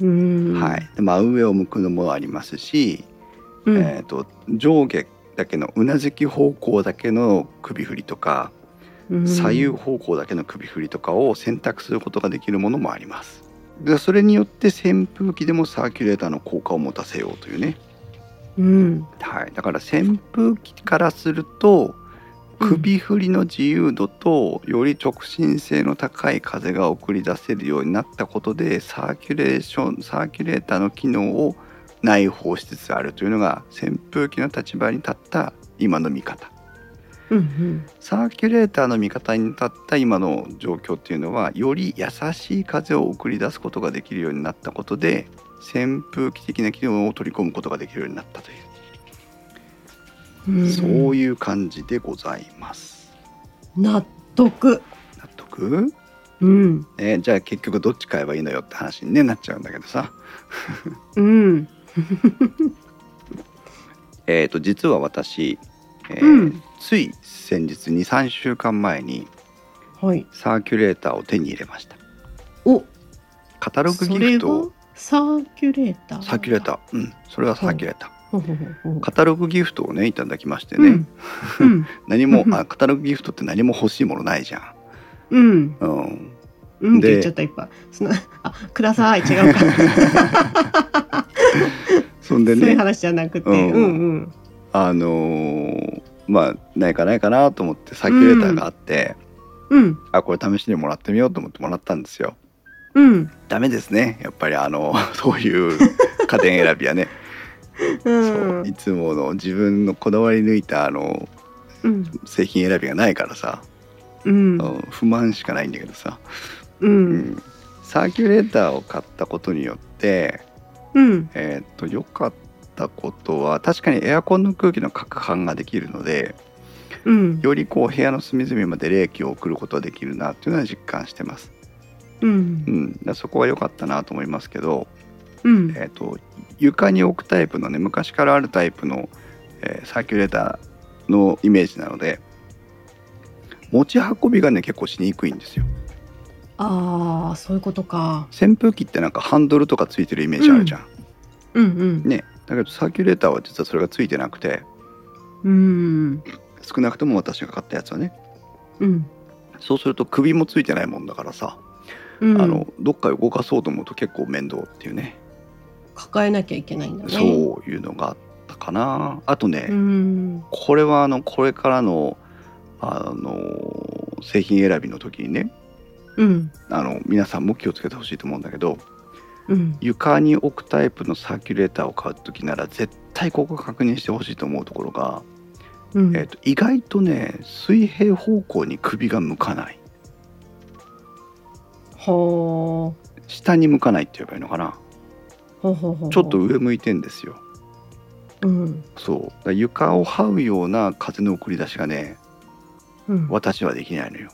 S2: うん
S1: はい、で真上を向くのもありますし、
S2: うん
S1: えー、と上下だけのうなずき方向だけの首振りとか、
S2: うん
S1: 左右方向だけの首振りとかを選択することができるものもあります。でそれによって扇風機でもサーキュレーターの効果を持たせようというね。
S2: うん
S1: はい、だから扇風機からすると首振りの自由度とより直進性の高い風が送り出せるようになったことでサーキュレーションサーキュレーターの機能を内包しつつあるというのが扇風機の立場に立った今の見方
S2: うんうん
S1: サーキュレーターの見方に立った今の状況っていうのはより優しい風を送り出すことができるようになったことで扇風機的な機能を取り込むことができるようになったという。
S2: うん
S1: そういう感じでございます。
S2: 納得
S1: 納得、
S2: うん
S1: ね、じゃあ結局どっち買えばいいのよって話に、ね、なっちゃうんだけどさ、
S2: うん
S1: えー、と実は私、えー
S2: うん
S1: つい先日23週間前に
S2: はい
S1: サーキュレーターを手に入れました
S2: お
S1: カタログギフト
S2: それがサーキュレーター
S1: サーキュレーターうんそれはサーキュレーター、
S2: ほうほうほうほう
S1: カタログギフトをねいただきましてね、
S2: うん
S1: 何も
S2: うん
S1: あカタログギフトって何も欲しいものないじゃん、
S2: うん
S1: うん、
S2: うんって
S1: で
S2: 言っちゃったいっぱいそのあください違うか
S1: *laughs* そんで
S2: そういう
S1: ね
S2: 話じゃなくて
S1: うん
S2: うんうん
S1: あのーまあないかないかなと思ってサーキュレーターがあって、
S2: うん。
S1: あこれ試しにもらってみようと思ってもらったんですよ。
S2: うん。
S1: ダメですねやっぱりあの *laughs* そういう家電選びはね、
S2: う
S1: そ
S2: ん
S1: うい。つもの自分のこだわり抜いたあの
S2: うん。
S1: 製品選びがないからさ、
S2: うん
S1: あ。の不満しかないんだけどさ、
S2: う。
S1: うんん、サーキュレーターを買ったことによって、
S2: うん。
S1: えーっと良かったことは確かにエアコンの空気の攪拌ができるので
S2: うん。
S1: よりこう部屋の隅々まで冷気を送ることができるなっていうのは実感してます。
S2: うん
S1: う。ん、だからそこは良かったなと思いますけど、
S2: うん。
S1: えー、と床に置くタイプのね昔からあるタイプの、えーサーキュレーターのイメージなので持ち運びがね結構しにくいんですよ
S2: ああ、そういうことか。
S1: 扇風機ってなんかハンドルとかついてるイメージあるじゃん、
S2: うん
S1: ねだけどサーキュレーターは実はそれがついてなくて
S2: うん。うん。
S1: 少なくとも私が買ったやつはね
S2: うん。
S1: そうすると首もついてないもんだからさ、
S2: うん
S1: あのどっか動かそうと思うと結構面倒っていうね
S2: 抱えなきゃいけないんだね。
S1: そういうのがあったかなあとね、
S2: うん。
S1: これはあのこれからのあの製品選びの時にね
S2: うん。
S1: あの皆さんも気をつけてほしいと思うんだけど
S2: うん。
S1: 床に置くタイプのサーキュレーターを買う時なら絶対ここ確認してほしいと思うところが、
S2: うん
S1: えー、と意外とね水平方向に首が向かない
S2: ほう。
S1: 下に向かないって言えばいいのかな
S2: ほうほうほう。
S1: ちょっと。上向いてんですよ
S2: うん。
S1: そうだから床を這うような風の送り出しがね
S2: うん。
S1: 私はできないのよ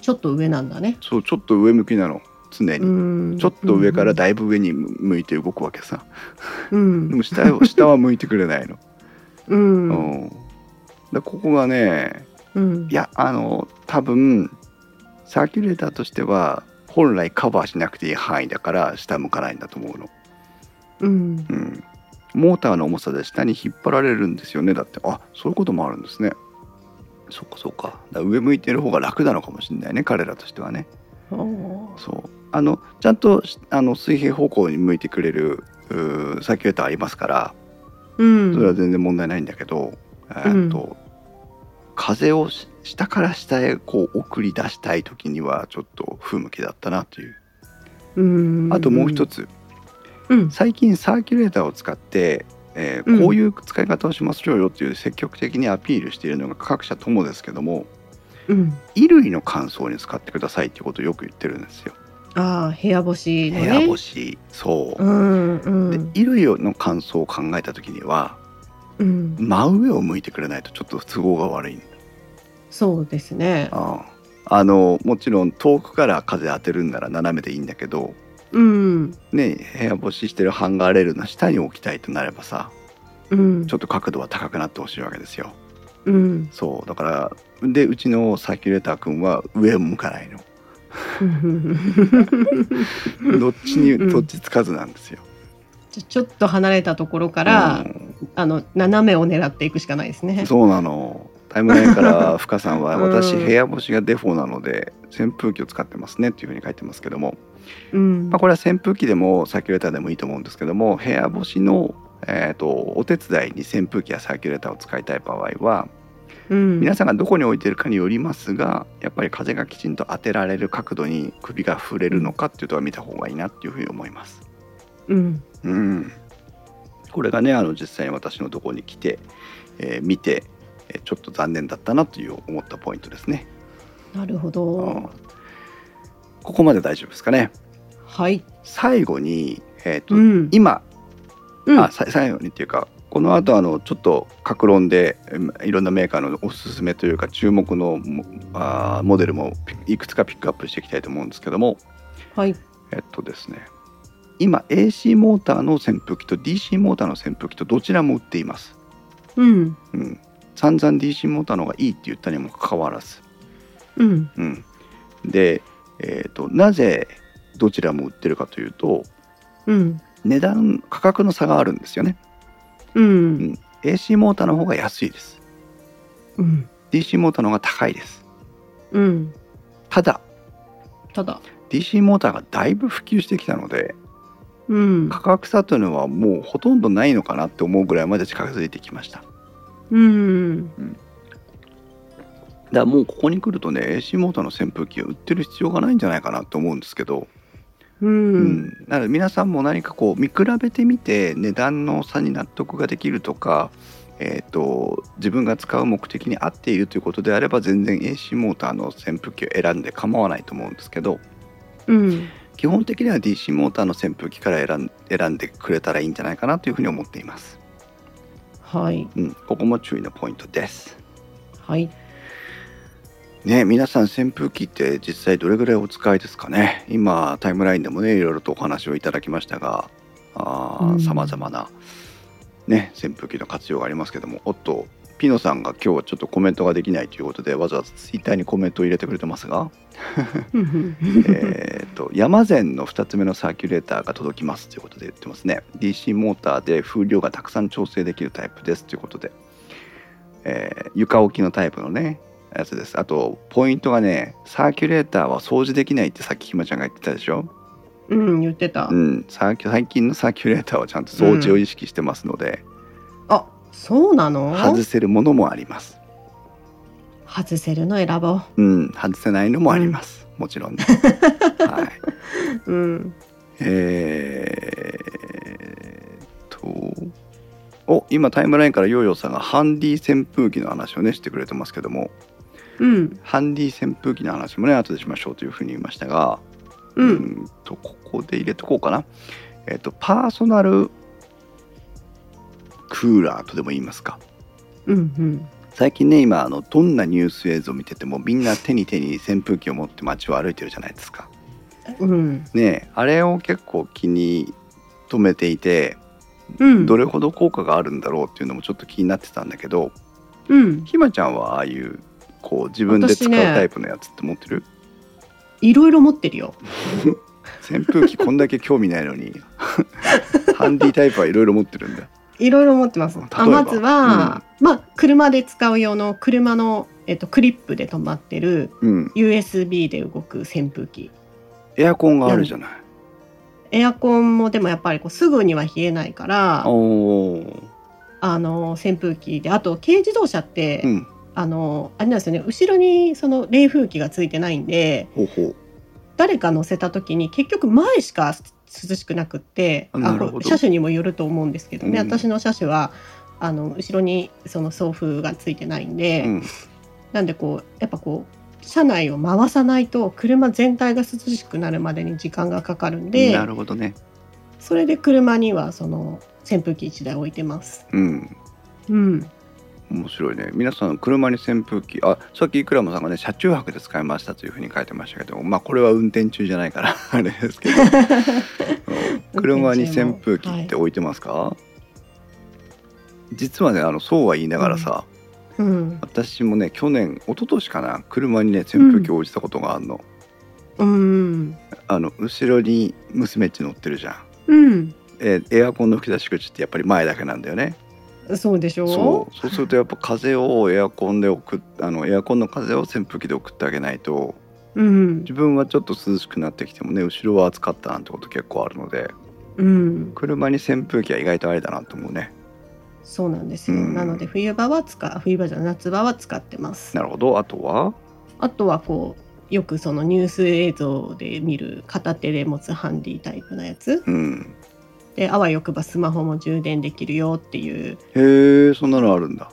S2: ちょっと上なんだね。
S1: そうちょっと上向きなの常に、
S2: うん。
S1: ちょっと上から。だいぶ上に向いて動くわけさ
S2: う
S1: で
S2: ん。
S1: も下は下は向いてくれないの、
S2: う。
S1: うんん、でここがね
S2: うん
S1: い。やあの多分サーキュレーターとしては本来カバーしなくていい範囲だから下向かないんだと思うの、
S2: うん。
S1: うん、モーターの重さで下に引っ張られるんですよねだってあそういうこともあるんですねそっかそっかだから上向いてる方が楽なのかもしれないね彼らとしてはね
S2: ほ
S1: そうあのちゃんとしあの水平方向に向いてくれるうーサーキュレーターありますから
S2: ううん。
S1: それは全然問題ないんだけど、えーっと風をし下から下へこう送り出したい時にはちょっと不向きだったなという
S2: うん。
S1: あともう一。つ、
S2: うん。
S1: 最近サーキュレーターを使って、えー
S2: うん
S1: こういう使い方をしますよっていう積極的にアピールしているのが各社ともですけども
S2: うん。
S1: 衣類の乾燥に使ってくださいっていうことをよく言ってるんですよ。
S2: ああ、部屋干しの
S1: 部
S2: ね。
S1: 屋干しそう、
S2: うんう
S1: で
S2: ん
S1: 衣類の乾燥を考えた時には
S2: うん。
S1: 真上を向いてくれないとちょっと都合が悪いん
S2: そうですね。
S1: あああのもちろん遠くから風当てるんなら斜めでいいんだけど、
S2: うん。
S1: ね、部屋干ししてるハンガーレールの下に置きたいとなればさ
S2: うん。
S1: ちょっと角度は高くなってほしいわけですよ
S2: うん。
S1: そうだからでうちのサーキュレーター君は上を向かないのどっちに、
S2: うん
S1: どっちつかずなんですよ
S2: ちょちょっと離れたところから、あの斜めを狙っていくしかないです
S1: うん
S2: ね。
S1: そうなのタイムラインから深さんは
S2: うん
S1: 私部屋干しがデフォなので扇風機を使ってますねっていうふうに書いてますけども
S2: うん
S1: まあ、これは扇風機でもサーキュレーターでもいいと思うんですけども部屋干しの、えー、とお手伝いに扇風機やサーキュレーターを使いたい場合は
S2: うん
S1: 皆さんがどこに置いてるかによりますがやっぱり風がきちんと当てられる角度に首が触れるのかっていうとは見た方がいいなっていうふうに思います。
S2: うん
S1: うん、これがねあの実際に私のところに来て、えー見てえーちょっと残念だったなという思ったポイントですね。
S2: なるほ
S1: うん
S2: ど。
S1: ここまで大丈夫ですかね。
S2: はい。
S1: 最後に、えーと
S2: うん。
S1: 今
S2: うん
S1: あさ最後にっていうかこの後あのちょっと各論でうんいろんなメーカーのおすすめというか注目のもあーモデルもいくつかピックアップしていきたいと思うんですけども
S2: はい。
S1: えっとですね今 AC モーターの扇風機と DC モーターの扇風機とどちらも売っています、
S2: うん
S1: うん、散々 DC モーターの方がいいって言ったにもかかわらず、
S2: うん
S1: うん、で、えっとなぜどちらも売ってるかというと
S2: うん
S1: 値段価格の差があるんですよね
S2: うん
S1: AC モーターの方が安いです
S2: うん
S1: DC モーターの方が高いです
S2: うん。
S1: ただ
S2: ただ。
S1: DC モーターがだいぶ普及してきたので
S2: うん。
S1: 価格差というのはもうほとんどないのかなって思うぐらいまで近づいてきました
S2: うん。
S1: だからもうここに来るとね AC モーターの扇風機を売ってる必要がないんじゃないかなと思うんですけど、
S2: う。
S1: うんん、なので皆さんも何かこう見比べてみて値段の差に納得ができるとか、えー、と自分が使う目的に合っているということであれば全然 AC モーターの扇風機を選んで構わないと思うんですけど
S2: うん。
S1: 基本的には DC モーターの扇風機から選ん選んでくれたらいいんじゃないかなというふうに思っています、
S2: はい。
S1: うん、ここも注意のポイントです
S2: はい。
S1: ね、皆さん扇風機って実際どれぐらいお使いですかね今タイムラインでもねいろいろとお話をいただきましたが
S2: うん
S1: さまざまな、ね、扇風機の活用がありますけどもおっとピノさんが今日はちょっとコメントができないということでわざわざツイッターにコメントを入れてくれてますがえーと山善の2つ目のサーキュレーターが届きますということで言ってますね DC モーターで風量がたくさん調整できるタイプですということで、えー床置きのタイプのねやつですあとポイントがねサーキュレーターは掃除できないってさっきひまちゃんが言ってたでしょ、
S2: うん、言ってた
S1: う。ん、サーキュ最近のサーキュレーターはちゃんと掃除を意識してますので、
S2: あ、そうなの
S1: 外せるものもあります、
S2: 外せるの選ぼ
S1: うん、外せないのもあります、もちろんね、はい、
S2: う。うん。
S1: えーっとお今タイムラインからヨーヨーさんがハンディ扇風機の話をねしてくれてますけども
S2: うん。
S1: ハンディ扇風機の話もね後でしましょうというふうに言いましたが
S2: う
S1: ー
S2: ん。
S1: とここで入れとこうかなえーっとパーソナルクーラーとでも言いますか
S2: うん。
S1: 最近ね今あのどんなニュース映像を見ててもみんな手に手に扇風機を持って街を歩いてるじゃないですか
S2: うん。
S1: ねえあれを結構気に留めていて
S2: うん。
S1: どれほど効果があるんだろうっていうのもちょっと気になってたんだけど
S2: うん。
S1: ひまちゃんはああいうこう自分で使う
S2: 私ね
S1: タイプのやつって持ってる、
S2: いろいろ持ってるよ。
S1: 扇風機こんだけ興味ないの
S2: *laughs*
S1: にハンディタイプはいろいろ持ってるんだ
S2: いろいろ持ってます
S1: 例え。ば
S2: あ、まずは、まあ、車で使う用の車の、えっと、クリップで止まってる
S1: うん
S2: USB で動く扇風機。
S1: エアコンがあるじゃない
S2: エアコンもでもやっぱりこうすぐには冷えないから、
S1: おー
S2: あの扇風機であと軽自動車って、
S1: うん
S2: あのあれなんですよね後ろにその冷風機がついてないんで
S1: ほうほう
S2: 誰か乗せた時に結局前しか涼しくなくって
S1: あ
S2: あ
S1: なるほど
S2: こう車種にもよると思うんですけどね、
S1: うん
S2: 私の車種はあの後ろにその送風がついてないんで、
S1: うん
S2: なんでこうやっぱこう車内を回さないと車全体が涼しくなるまでに時間がかかるんで
S1: なるほどね
S2: それで車にはその扇風機1台置いてます。
S1: うん
S2: うん、
S1: 面白いね皆さん車に扇風機あさっきイクラムさんがね車中泊で使いましたというふうに書いてましたけどまあこれは運転中じゃないからあれです
S2: *laughs*
S1: けどうん車に扇風機って置いてますか、実はねあのそうは言いながらさ、
S2: うん
S1: 私もね去年一昨年かな車にね扇風機を置いてたことがあるの、
S2: うん
S1: あの後ろに娘っち乗ってるじゃん
S2: うん、
S1: えエアコンの吹き出し口ってやっぱり前だけなんだよね
S2: そうでしょ
S1: そうそうするとやっぱ風をエアコンで送っあのエアコンの風を扇風機で送ってあげないと
S2: う。うん、
S1: 自分はちょっと涼しくなってきてもね後ろは暑かったなんてこと結構あるので
S2: うん、
S1: 車に扇風機は意外とあれだなと思うね
S2: そうなんですよ。
S1: うん
S2: なので冬場は使う、冬場じゃない夏場は使ってます。
S1: なるほどあとは
S2: あとはこうよくそのニュース映像で見る片手で持つハンディタイプのやつ
S1: うん
S2: で、あわよくばスマホも充電できるよっていう
S1: へえそんなのあるんだ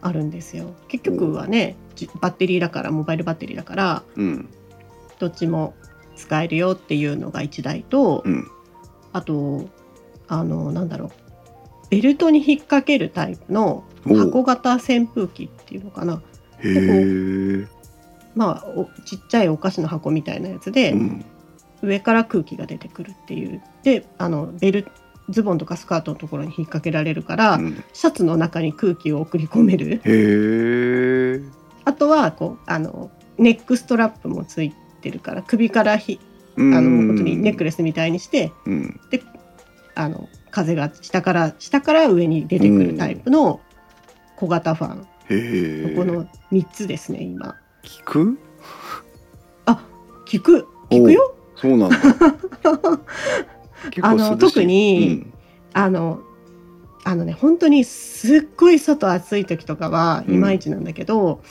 S2: あるんですよ。結局はね、じバッテリーだからモバイルバッテリーだから
S1: うん
S2: どっちも使えるよっていうのが1台と、
S1: うん
S2: あとあのなんだろうベルトに引っ掛けるタイプの
S1: おう
S2: 箱型扇風機っていうのかな
S1: へえ
S2: まあおちっちゃいお菓子の箱みたいなやつで、
S1: うん
S2: 上から空気が出てくるっていうであのベルズボンとかスカートのところに引っ掛けられるから、
S1: うん
S2: シャツの中に空気を送り込める *laughs*
S1: へえ
S2: あとはこうあのネックストラップもついてるから首からひ
S1: あ
S2: あの本当にネック
S1: レ
S2: レスみたいにして
S1: スうん
S2: あの風が下から下から上に出てくるタイプの小型ファン、
S1: へえ
S2: この3つですね今
S1: 聞く
S2: あ聞く聞くよ
S1: そう *laughs* なんだ結構涼しい
S2: あの特にあのあのね本当にすっごい外暑い時とかは
S1: うん
S2: いまいちなんだけど、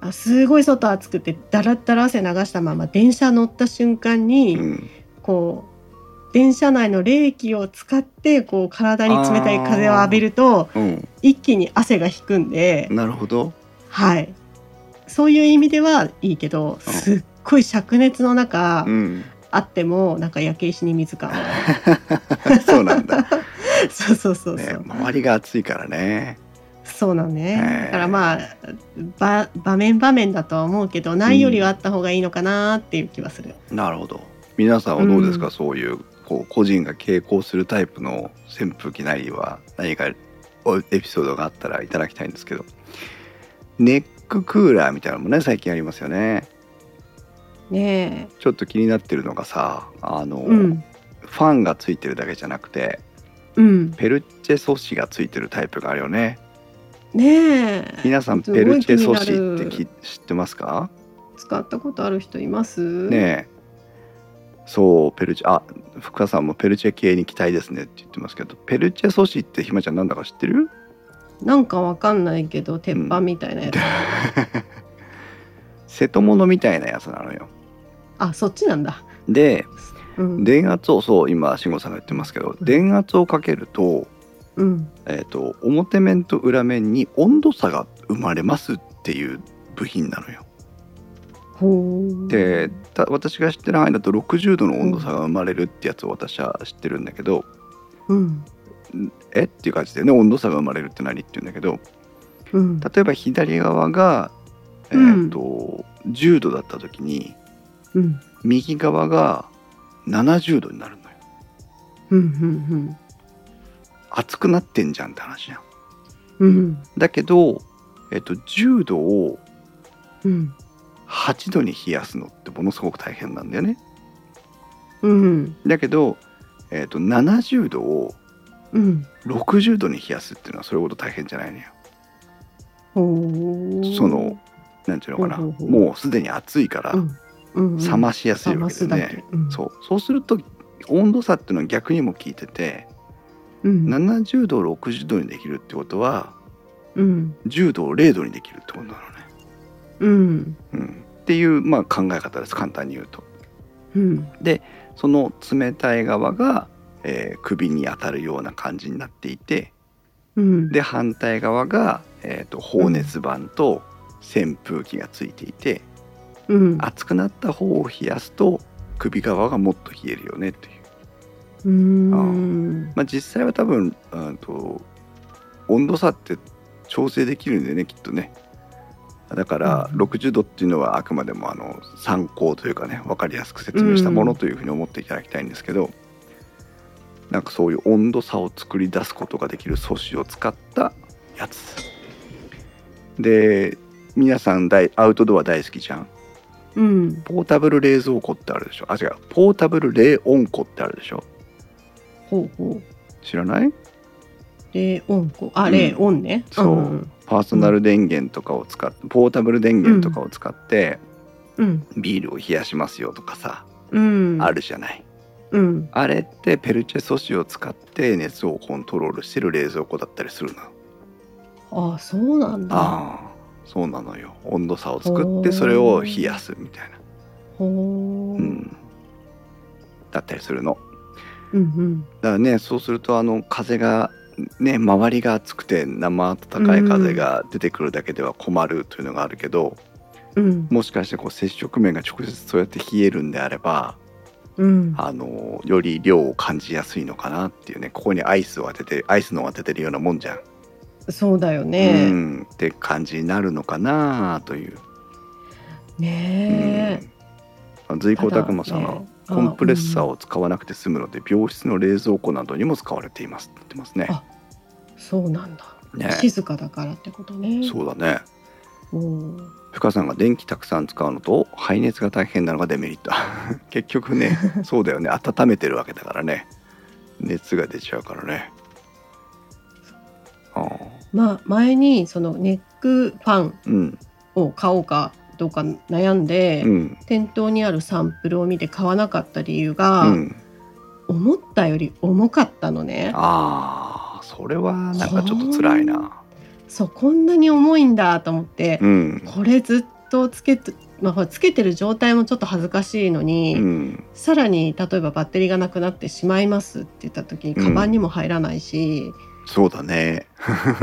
S2: あすごい外暑くてだらだら汗流したまま電車乗った瞬間に、
S1: うん
S2: こう電車内の冷気を使ってこう体に冷たい風を浴びると
S1: うん、
S2: 一気に汗が引くんで、
S1: なるほど。
S2: はい、そういう意味ではいいけど
S1: うん
S2: すっごい灼熱の中
S1: うん、
S2: あってもなんか焼け石に水か
S1: *laughs* そうなんだ。
S2: そうそうそうそ
S1: ね、
S2: う。
S1: 周りが暑いからね。
S2: そうなの
S1: へ
S2: ね
S1: え。
S2: だからまあば場面場面だとは思うけどないよりはあった方がいいのかなっていう気はする。
S1: なるほど。皆さんはどうですか、
S2: う
S1: そういうこう個人が傾向するタイプの扇風機なりは何かおエピソードがあったらいただきたいんですけど、ネッククーラーみたいなのもね最近ありますよね。
S2: ね
S1: ちょっと気になってるのがさ、あの、
S2: え。うん
S1: ファンがついてるだけじゃなくて
S2: うん。
S1: ペルチェ素子がついてるタイプがあるよね。
S2: ねえ。
S1: 皆さん
S2: す
S1: ペ
S2: ごい
S1: ルチェ素子
S2: 気にな
S1: っ
S2: る
S1: てき知ってますか？
S2: 使ったことある人います？
S1: ねえそうペルチェあ福田さんもペルチェ系に期待ですねって言ってますけどペルチェ素子ってひまちゃんなんだか知ってる
S2: なんかわかんないけど鉄板みたいなやつ。
S1: 瀬戸物みたいなやつなのよ
S2: あそっちなんだ。
S1: で
S2: うん。
S1: 電圧をそう今慎吾さんが言ってますけど
S2: うん
S1: 電圧をかけると,、
S2: うん。
S1: えー、と表面と裏面に温度差が生まれますっていう部品なのよ
S2: ほう。
S1: でた私が知ってる範囲だと60度の温度差が生まれるってやつを私は知ってるんだけど、
S2: うん
S1: えっていう感じでね温度差が生まれるって何って言うんだけど
S2: うん。
S1: 例えば左側が、え
S2: うん
S1: ーと10度だった時に
S2: うん
S1: 右側が70度になるのよ
S2: うんうん
S1: 熱くなってんじゃんって話じゃん
S2: うんうん
S1: だけど、えー、と10度を
S2: うん
S1: 8度に冷やすのってものすごく大変なんだよね
S2: うん
S1: だけど、えー、と70度を
S2: うん。
S1: 60度に冷やすっていうのはそれほど大変じゃないのよ
S2: ほう。
S1: そのなんていうのかな
S2: ほうほうほう
S1: もうすでに暑いから
S2: うんうんうん
S1: 冷ましやすい
S2: 冷
S1: わ
S2: ま
S1: けですね、
S2: だけ。うん
S1: そうそうすると温度差っていうのは逆にも効いてて
S2: うん。
S1: 70度を60度にできるってことは
S2: うん。
S1: 10度を0度にできるってことなのね、
S2: うん。
S1: うん、っていう、まあ、考え方です簡単に言うと
S2: うん。
S1: その冷たい側が、えー首に当たるような感じになっていて
S2: うん。
S1: で反対側が、えーと放熱板と扇風機がついていて、
S2: うん。
S1: 熱くなった方を冷やすと首側がもっと冷えるよねという、
S2: うーん。
S1: まあ、実際は多分うんと温度差って調整できるんでねきっとねだから
S2: うん
S1: 60度っていうのはあくまでもあの参考というかね分かりやすく説明したものというふうに思っていただきたいんですけど、なんかそういう温度差を作り出すことができる素子を使ったやつで皆さん大アウトドア大好きじゃん
S2: うん。
S1: ポータブル冷蔵庫ってあるでしょあ違うポータブル冷温庫ってあるでしょ
S2: ほうほう。
S1: 知らない
S2: で、オンこ。あ
S1: うん
S2: れ、オンね。
S1: そうんパーソナル電源とかを使ってポータブル電源とかを使って
S2: うん。
S1: ビールを冷やしますよとかさ、
S2: うん。
S1: あ。るじゃない
S2: うん。
S1: あれってペルチェ素子を使って熱をコントロールしてる冷蔵庫だったりするの
S2: ああ、そうなんだ。
S1: ああそうなのよ温度差を作
S2: ほ
S1: って
S2: ー
S1: それを冷やすみたいな
S2: ほ
S1: う。
S2: う。
S1: んだったりするの
S2: うん。
S1: だからねそうするとあの風がね周りが暑くて生暖かい風が出てくるだけでは困るというのがあるけど、
S2: うん。
S1: もしかしてこう接触面が直接そうやって冷えるんであれば
S2: うん。
S1: あのより量を感じやすいのかなっていうねここにアイスを当ててアイスのを当ててるようなもんじゃん、
S2: そうだよ
S1: う
S2: ね。
S1: んって感じになるのかなという、
S2: ねえ。
S1: うん、随行拓磨さん
S2: ただ
S1: は
S2: ね
S1: コンプレッサー。
S2: あ
S1: を使わなくて済むので病室の冷蔵庫などにも使われていますって言ってますね
S2: あ。うんそうなんだ。
S1: ね
S2: 静かだからってことね。
S1: そうだね。
S2: う。ん。
S1: 深さんが電気たくさん使うのと排熱が大変なのがデメリット *laughs* 結局
S2: *laughs*
S1: ねそうだよね温めてるわけだからね熱が出ちゃうからねああ
S2: まあ、前に、そのネックファン
S1: うん
S2: を買おうかどうか悩んで。
S1: うん
S2: 店頭にあるサンプルを見て買わなかった理由
S1: う
S2: が、
S1: ん
S2: 思ったより重かったのね。
S1: ああそれはなんかちょっと辛いな。
S2: そうこんなに重いんだと思って、
S1: うん。
S2: これずっとつけて、まあほら、つけてる状態もちょっと恥ずかしいのに、
S1: うん。
S2: さらに例えばバッテリーがなくなってしまいますって言った時に
S1: うん
S2: カバンにも入らないし、
S1: そうだね。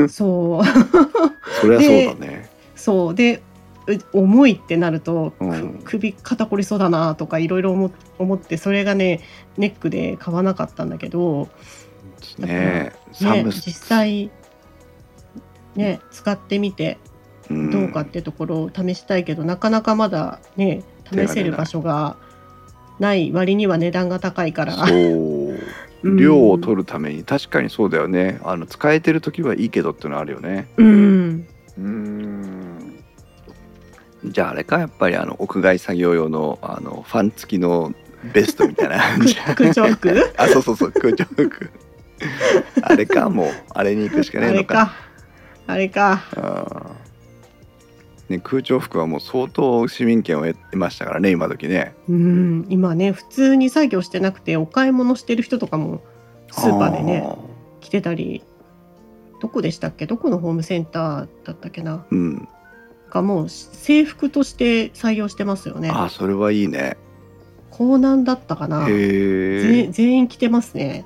S2: そう *laughs*
S1: それはそうだね。
S2: そうでう重いってなると、く
S1: うん
S2: 首肩こりそうだなとかいろいろ思思ってそれがねネックで買わなかったんだけど、だから
S1: ね
S2: ね、
S1: 寒
S2: 実際ね使ってみてどうかっ
S1: ん
S2: てところを試したいけど、なかなかまだね試せる場所がない割には値段が高いから。
S1: そう。
S2: うん
S1: 量を取るために確かにそうだよねあの使えてる時はいいけどってのあるよね
S2: うん
S1: うんじゃああれかやっぱりあの屋外作業用のあのファン付きのベストみたいな *laughs*
S2: 空調服
S1: あそうそうそう空調服あれかもうあれに行くしか
S2: あ
S1: ねえ
S2: れ
S1: のか
S2: かあれか
S1: あーね、空調服はもう相当市民権を得ましたからね今時ね
S2: うん今ね普通に作業してなくてお買い物してる人とかもスーパーでね
S1: あー
S2: 来てたりどこでしたっけどこのホームセンターだったっけな
S1: うん
S2: がもう制服として採用してますよね
S1: あーそれはいいね
S2: 港南だったか
S1: へ
S2: な、ぜ
S1: え
S2: 全員着てますね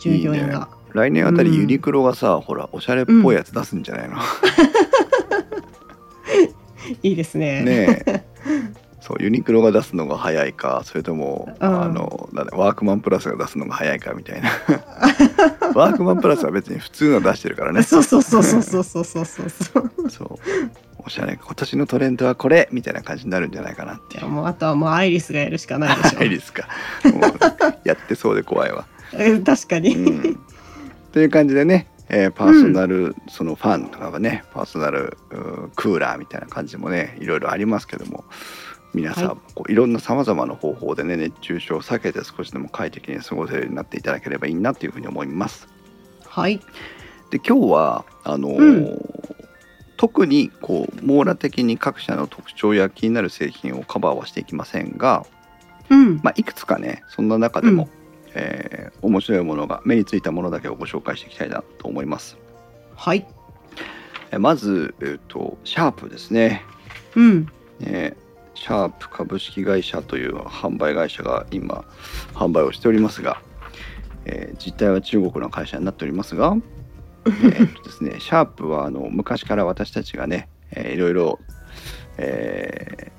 S2: 従業員
S1: いいね
S2: が
S1: 来年あた
S2: う
S1: り
S2: ん
S1: ユニクロがさ、ほらおしゃれっぽいやつ出すんじゃないの、
S2: いい,、ですね
S1: ねえそうユニクロが出すのが早いかそれとも、
S2: うん
S1: あのなんだワークマンプラスが出すのが早いかみ
S2: *laughs*
S1: たいなワークマンプラスは別に普通の出してるからね
S2: *laughs* *laughs* そうそうそうそうそうそうそうそうそう
S1: そうおしゃれ今年のトレンドはこれみたいな感じになるんじゃないかなって
S2: い
S1: い
S2: や
S1: う
S2: もうあとはもうアイリスがやるしかない
S1: *laughs*
S2: でしょ
S1: いいですかもうやってそうで怖いわ、
S2: うん確か
S1: う
S2: に、
S1: ん、という感じでねえーパーソナル、そのファンとかがねパーソナルうークーラーみたいな感じもねいろいろありますけども皆さん、
S2: はい
S1: い、こういろんなさまざまな方法でね熱中症を避けて少しでも快適に過ごせるようになっていただければいいなというふうに思います。
S2: はい
S1: で今日はあのー
S2: うん
S1: 特にこう網羅的に各社の特徴や気になる製品をカバーはしていきませんが、
S2: うん、
S1: まあ、いくつかねそんな中でも、
S2: うん
S1: えー面白いものが目についたものだけをご紹介していきたいなと思います。
S2: はい
S1: えまず、えー、とシャープですね。
S2: うん
S1: ね、シャープ株式会社という販売会社が今販売をしておりますが、えー実態は中国の会社になっております
S2: *laughs*
S1: が、えーとですね、シャープはあの昔から私たちがね、えーいろいろ、え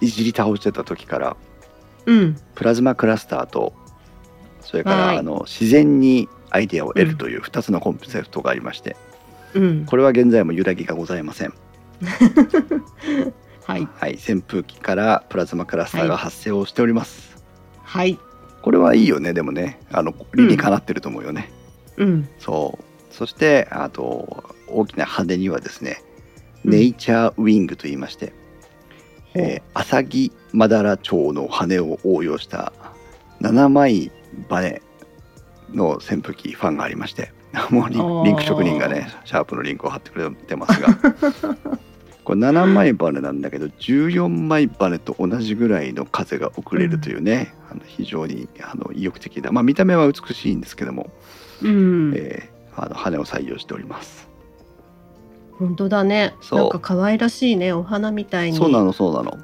S1: ーいじり倒してた時から
S2: うん
S1: プラズマクラスターとそれから
S2: はい
S1: あの自然にアイデアを得るという2つのコンセプトがありまして
S2: うん
S1: これは現在も揺らぎがございません。
S2: はい
S1: はい、扇風機からプラズマクラスターが発生をしております。
S2: はい
S1: これはいいよねでもねあの理にかなってると思うよね、
S2: うん
S1: そうそしてあと大きな羽にはですね
S2: うん
S1: ネイチャーウィングと言いまして、えーアサギマダラチョウの羽を応用した7枚バネの扇風機ファンがありまして *laughs* もうリン
S2: おー
S1: リンク職人がねシャープのリンクを貼ってくれてます
S2: *laughs*
S1: がこれ7枚バネなんだけど14枚バネと同じぐらいの風が送れるというね、あの非常にあの意欲的な、まあ、見た目は美しいんですけども、
S2: うん、
S1: えーあの羽を採用しております。
S2: 本当だね
S1: そう
S2: なんか可愛らしいねお花みたいに
S1: そうなのそうなの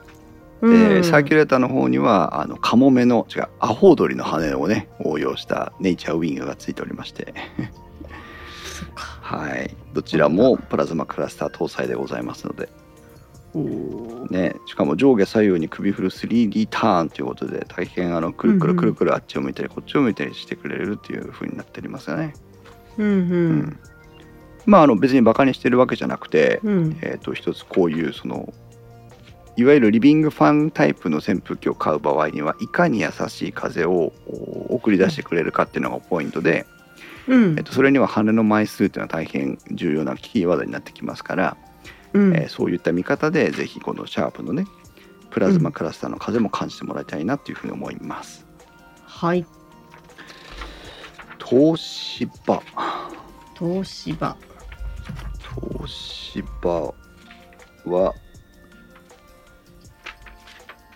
S2: うん、
S1: でサーキュレーターの方にはあのカモメの違うアホウドリの羽をね応用したネイチャーウィングがついておりまして、
S2: そっか
S1: はい、どちらもプラズマクラスター搭載でございますので、
S2: おー
S1: ね、しかも上下左右に首振る 3D ターンということで大変あのくるく
S2: う
S1: る
S2: んうん
S1: くるくるあっちを向いたりこっちを向いたりしてくれるっていう風になっておりますよね。
S2: うん
S1: う
S2: うん
S1: ん、まああの別にバカにしてるわけじゃなくて、
S2: うん
S1: えー、と一つこういうそのいわゆるリビングファンタイプの扇風機を買う場合にはいかに優しい風をお送り出してくれるかっていうのがポイントで、
S2: うん
S1: えっと、それには羽の枚数っていうのは大変重要なキーワードになってきますから、
S2: うん
S1: えーそういった見方でぜひこのシャープのねプラズマクラスターの風も感じてもらいたいなというふうに思います。
S2: はい
S1: 東芝
S2: 東芝
S1: 東芝は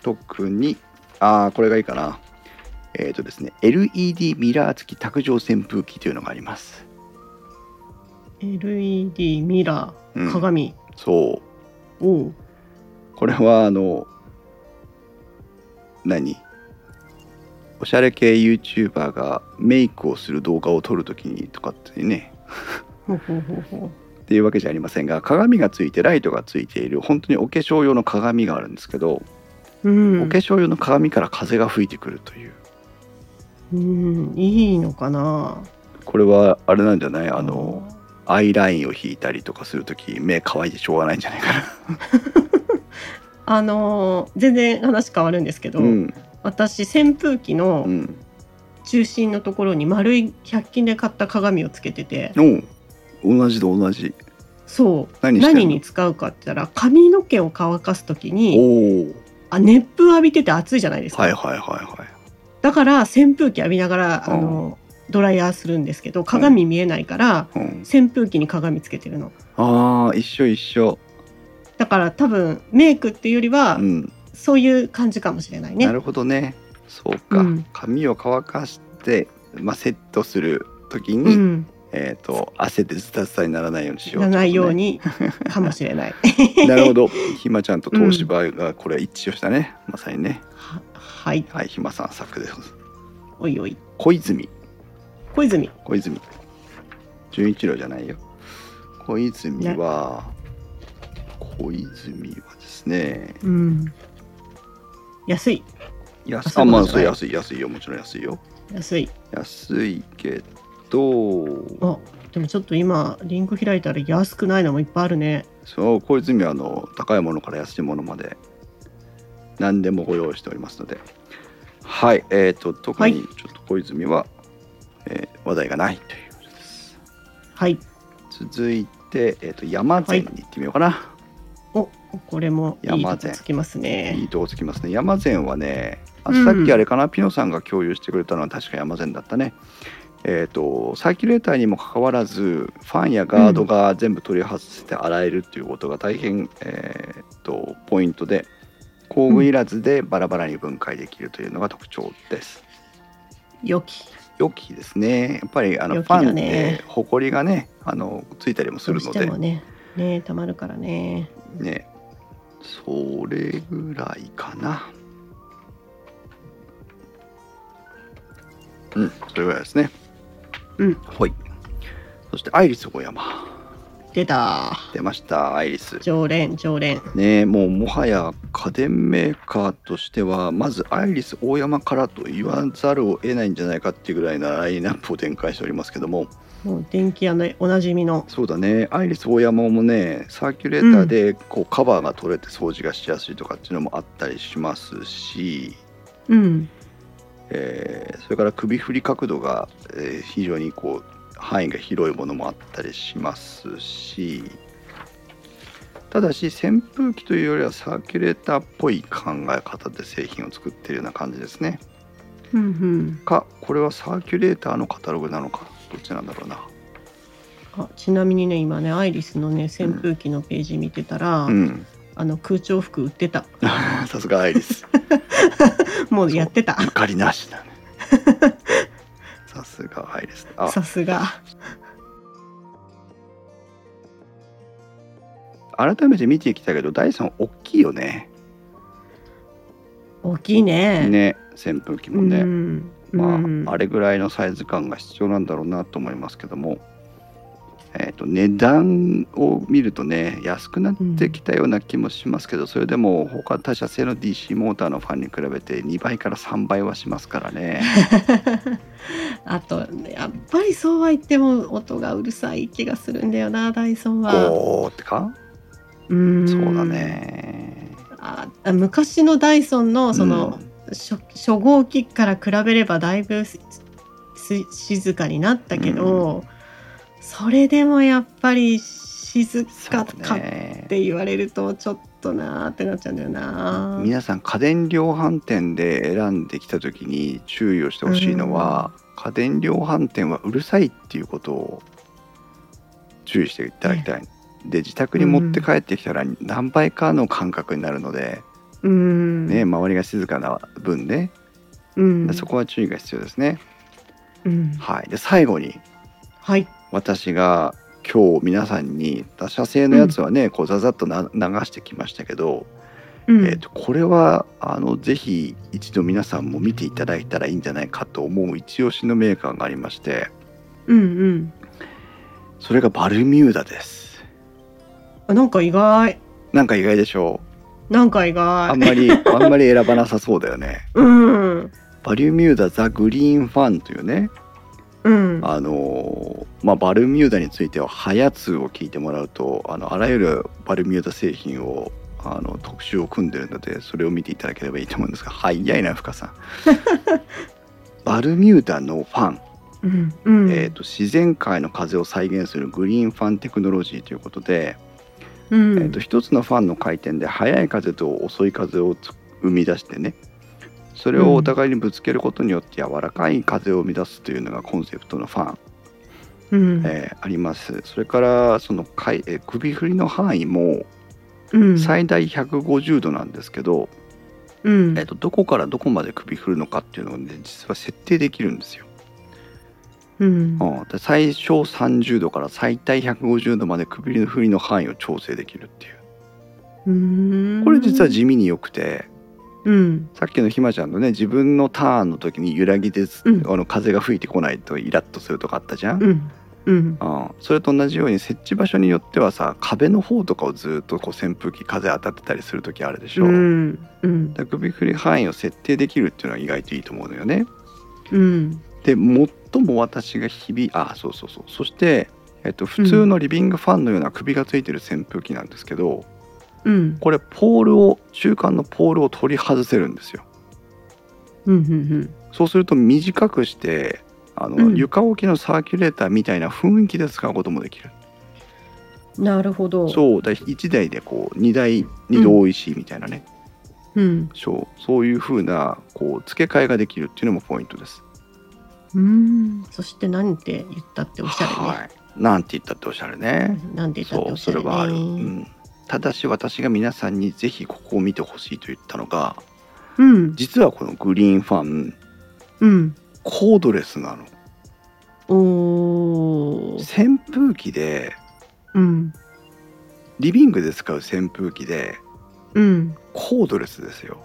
S1: 特にああこれがいいかなえっ、とですね LED ミラー付き卓上扇風機というのがあります
S2: LED ミラ
S1: う
S2: ー
S1: ん
S2: 鏡、
S1: そう
S2: おう
S1: これはあの何おしゃれ系 YouTuber がメイクをする動画を撮るときにとかってね
S2: ほうほうほうほ
S1: っていうわけじゃありませんが鏡がついてライトがついている本当にお化粧用の鏡があるんですけど、
S2: う、うん
S1: お化粧用の鏡から風が吹いてくるという
S2: うん、いいのかな
S1: これはあれなんじゃないあのアイラインを引いたりとかするとき目乾いてしょうがないんじゃないかな。
S2: あのー全然話変わるんですけど、
S1: うん
S2: 私扇風機
S1: う
S2: の
S1: ん、
S2: 中心のところに丸い100均で買った鏡をつけてて、
S1: お同じだ同じ。
S2: そう
S1: 何してんの
S2: 何に使うかって言ったら髪の毛を乾かすとき
S1: お
S2: に
S1: お
S2: あ熱風浴びてて暑いじゃないですか、
S1: はいはいはいはい。
S2: だから扇風機浴びながら
S1: うん
S2: あのドライヤーするんですけど鏡見えないから
S1: うん、
S2: 扇風機に鏡つけてるの
S1: ああ一緒一緒。
S2: だから多分メイクっていうよりは
S1: うん、
S2: そういう感じかもしれないね
S1: なるほどねそうか、
S2: うん
S1: 髪を乾かして、まあ、セットする時
S2: う
S1: に、
S2: ん、
S1: えー、と汗でズタズタにならないようにしよう
S2: ならないよう
S1: に *laughs*
S2: にかもしれない
S1: なるほ
S2: *laughs*
S1: どひまちゃんと東芝がこれ一致をしたね、まさにね
S2: ははい
S1: はいひまさん作です
S2: おいおい
S1: 小泉
S2: 小泉
S1: 小泉純一郎じゃないよ小泉は、小泉はですね
S2: うん安い
S1: 安
S2: そう
S1: あ
S2: いう
S1: ま
S2: こ
S1: あ
S2: と
S1: そう安
S2: じゃない
S1: い安いよもちろん安いよ
S2: 安い
S1: 安いけど
S2: あでもちょっと今リンク開いたら安くないのもいっぱいあるね
S1: そう小泉はあの高いものから安いものまで何でもご用意しておりますのではいえー、と特
S2: はい
S1: にちょっと小泉は、えー話題がないということです
S2: はい
S1: 続いて、えー、と山善に行ってみようかな、
S2: おこれもいい
S1: 山
S2: と
S1: 手
S2: こつきます
S1: い、い
S2: ね
S1: とこつきますね山善はねあ
S2: うん
S1: さっきあれかな、ピノさんが共有してくれたのは確か山善だったねえー、とサーキュレーターにもかかわらずファンやガードが全部取り外して洗えるっていうことが大変、えー、とポイントで工具いらずでバラバラに分解できるというのが特徴です。
S2: 良き
S1: 良きですねやっぱりあの、
S2: 良き
S1: ファン
S2: だ
S1: っ
S2: ね
S1: てホコリがねあのついたりもす
S2: どう
S1: るの
S2: して
S1: で
S2: もねねたまるからね
S1: ねそれぐらいかな。うんそれぐらいですね。
S2: うん
S1: はい。そしてアイリス大山。
S2: 出た
S1: 出ましたアイリス
S2: 常連常連
S1: ねえもうもはや家電メーカーとしてはまずアイリス大山からと言わざるを得ないんじゃないかっていうぐらいなラインナップを展開しておりますけども
S2: もう電気屋のおなじみの
S1: そうだねアイリス大山もねサーキュレーターでこうカバーが取れて掃除がしやすいとかっていうのもあったりしますし、
S2: うん
S1: えーそれから首振り角度が、えー非常にこう範囲が広いものもあったりしますしただし扇風機というよりはサーキュレーターっぽい考え方で製品を作っているような感じですね
S2: うんうん
S1: かこれはサーキュレーターのカタログなのかどっちなんだろうな
S2: あちなみにね今ねアイリスのね扇風機のページ見てたら、
S1: うん
S2: あの空調服売ってた
S1: さすがアイリス
S2: もうやってた
S1: ゆかりなし
S2: *laughs*
S1: だねさすがアイリスあ
S2: さすが
S1: 改めて見てきたけどダイソン大きいよね
S2: 大きいね
S1: ね扇風機もね、
S2: うん
S1: まあ、
S2: うん
S1: あれぐらいのサイズ感が必要なんだろうなと思いますけども、えー、と値段を見るとね安くなってきたような気もしますけど、それでも他他社製の DC モーターのファンに比べて2倍から3倍はしますからね
S2: *laughs* あとやっぱりそうは言っても音がうるさい気がするんだよなダイソンは。
S1: ゴーってか、
S2: うん
S1: そうだ。ね
S2: あ昔のダイソンのその、初初号機から比べればだいぶすす静かになったけど、それでもやっぱり静
S1: そう
S2: かかっ
S1: ね
S2: て言われるとちょっとなーってなっちゃうんだよな。
S1: 皆さん家電量販店で選んできた時に注意をしてほしいのは、家電量販店はうるさいっていうことを注意していただきたい、で自宅に持って帰ってきたら何倍かの感覚になるので、
S2: うん
S1: ね、周りが静かな分ね、
S2: うん、
S1: そこは注意が必要ですね、
S2: うん
S1: はいで最後に
S2: はい
S1: 私が今日皆さんに他社製のやつはね、こうざざっとな流してきましたけど、
S2: うん
S1: えー、とこれはあのぜひ一度皆さんも見ていただいたらいいんじゃないかと思う一押しのメーカーがありまして
S2: うんうん
S1: それがバルミューダです
S2: あなんか意外
S1: なんか意外でしょ
S2: なんか意
S1: うあ
S2: 外
S1: んまりあんまり選ばなさそうだよね
S2: うん
S1: バルミューダザ・グリーンファンというね
S2: うん
S1: あのーまあ、バルミューダについては「ハヤツを聞いてもらうとあのあらゆるバルミューダ製品をあの特集を組んでるのでそれを見ていただければいいと思うんですが早いな深
S2: *laughs*
S1: さんバルミューダのファン、
S2: うんうん
S1: えー、と自然界の風を再現するグリーンファンテクノロジーということで、
S2: うん
S1: えー、と一つのファンの回転で速い風と遅い風をつ生み出してねそれをお互いにぶつけることによって柔らかい風を生み出すというのがコンセプトのファン
S2: うん
S1: えーありますそれからそのかい、えー首振りの範囲も
S2: うん
S1: 最大150度なんですけど、
S2: うん
S1: えー、とどこからどこまで首振るのかっていうのを、ね、実は設定できるんですよ、
S2: うん
S1: うんで最小30度から最大150度まで首の振りの範囲を調整できるっていう
S2: うん
S1: これ実は地味に良くて
S2: うん
S1: さっきのひまちゃんのね自分のターンの時に揺らぎです、
S2: うん
S1: あの風が吹いてこないとイラッとするとかあったじゃん、
S2: うんうん
S1: うん、それと同じように設置場所によってはさ壁の方とかをずっとこう扇風機風当たってたりする時あるでしょ、
S2: うんうん
S1: だから首振り範囲を設定できるっていうのは意外といいと思うのよね
S2: うん
S1: で最も私が日々あそうそうそうそして、えっと、普通のリビングファンのような首がついてる扇風機なんですけど、
S2: うん
S1: これポールを中間のポールを取り外せるんですよ
S2: うんうん
S1: そうすると短くしてあの、
S2: うん
S1: 床置きのサーキュレーターみたいな雰囲気で使うこともできる
S2: うんなるほど
S1: そうだ1台でこう2台2度多いしみたいなね、
S2: うん
S1: そうそういう風なこう付け替えができるっていうのもポイントです。
S2: うんそして何て言ったっておしゃれね
S1: はい、なんて言ったっておしゃれね。
S2: なんでだって
S1: そ
S2: お
S1: う
S2: し
S1: そ
S2: ゃ
S1: れ
S2: れね
S1: はある、うん。ただし私が皆さんにぜひここを見てほしいと言ったのが
S2: うん
S1: 実はこのグリーンファン
S2: うん
S1: コードレスなの
S2: おー
S1: 扇風機で
S2: うん
S1: リビングで使う扇風機で
S2: うん
S1: コードレスですよ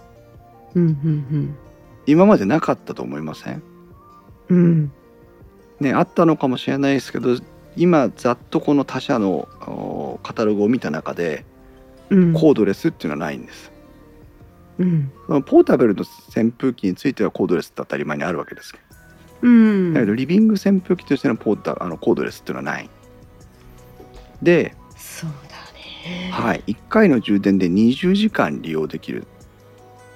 S2: うんうん
S1: 今までなかったと思いません
S2: うんうん
S1: ね、あったのかもしれないですけど今ざっとこの他社のおカタログを見た中で
S2: うん
S1: コードレスっていうのはないんです、
S2: うん
S1: そのポータブルの扇風機についてはコードレスって当たり前にあるわけですけど、
S2: うん
S1: だけどリビング扇風機としてのポータあのコードレスっていうのはないで、
S2: そうだね
S1: はい、1回の充電で20時間利用できる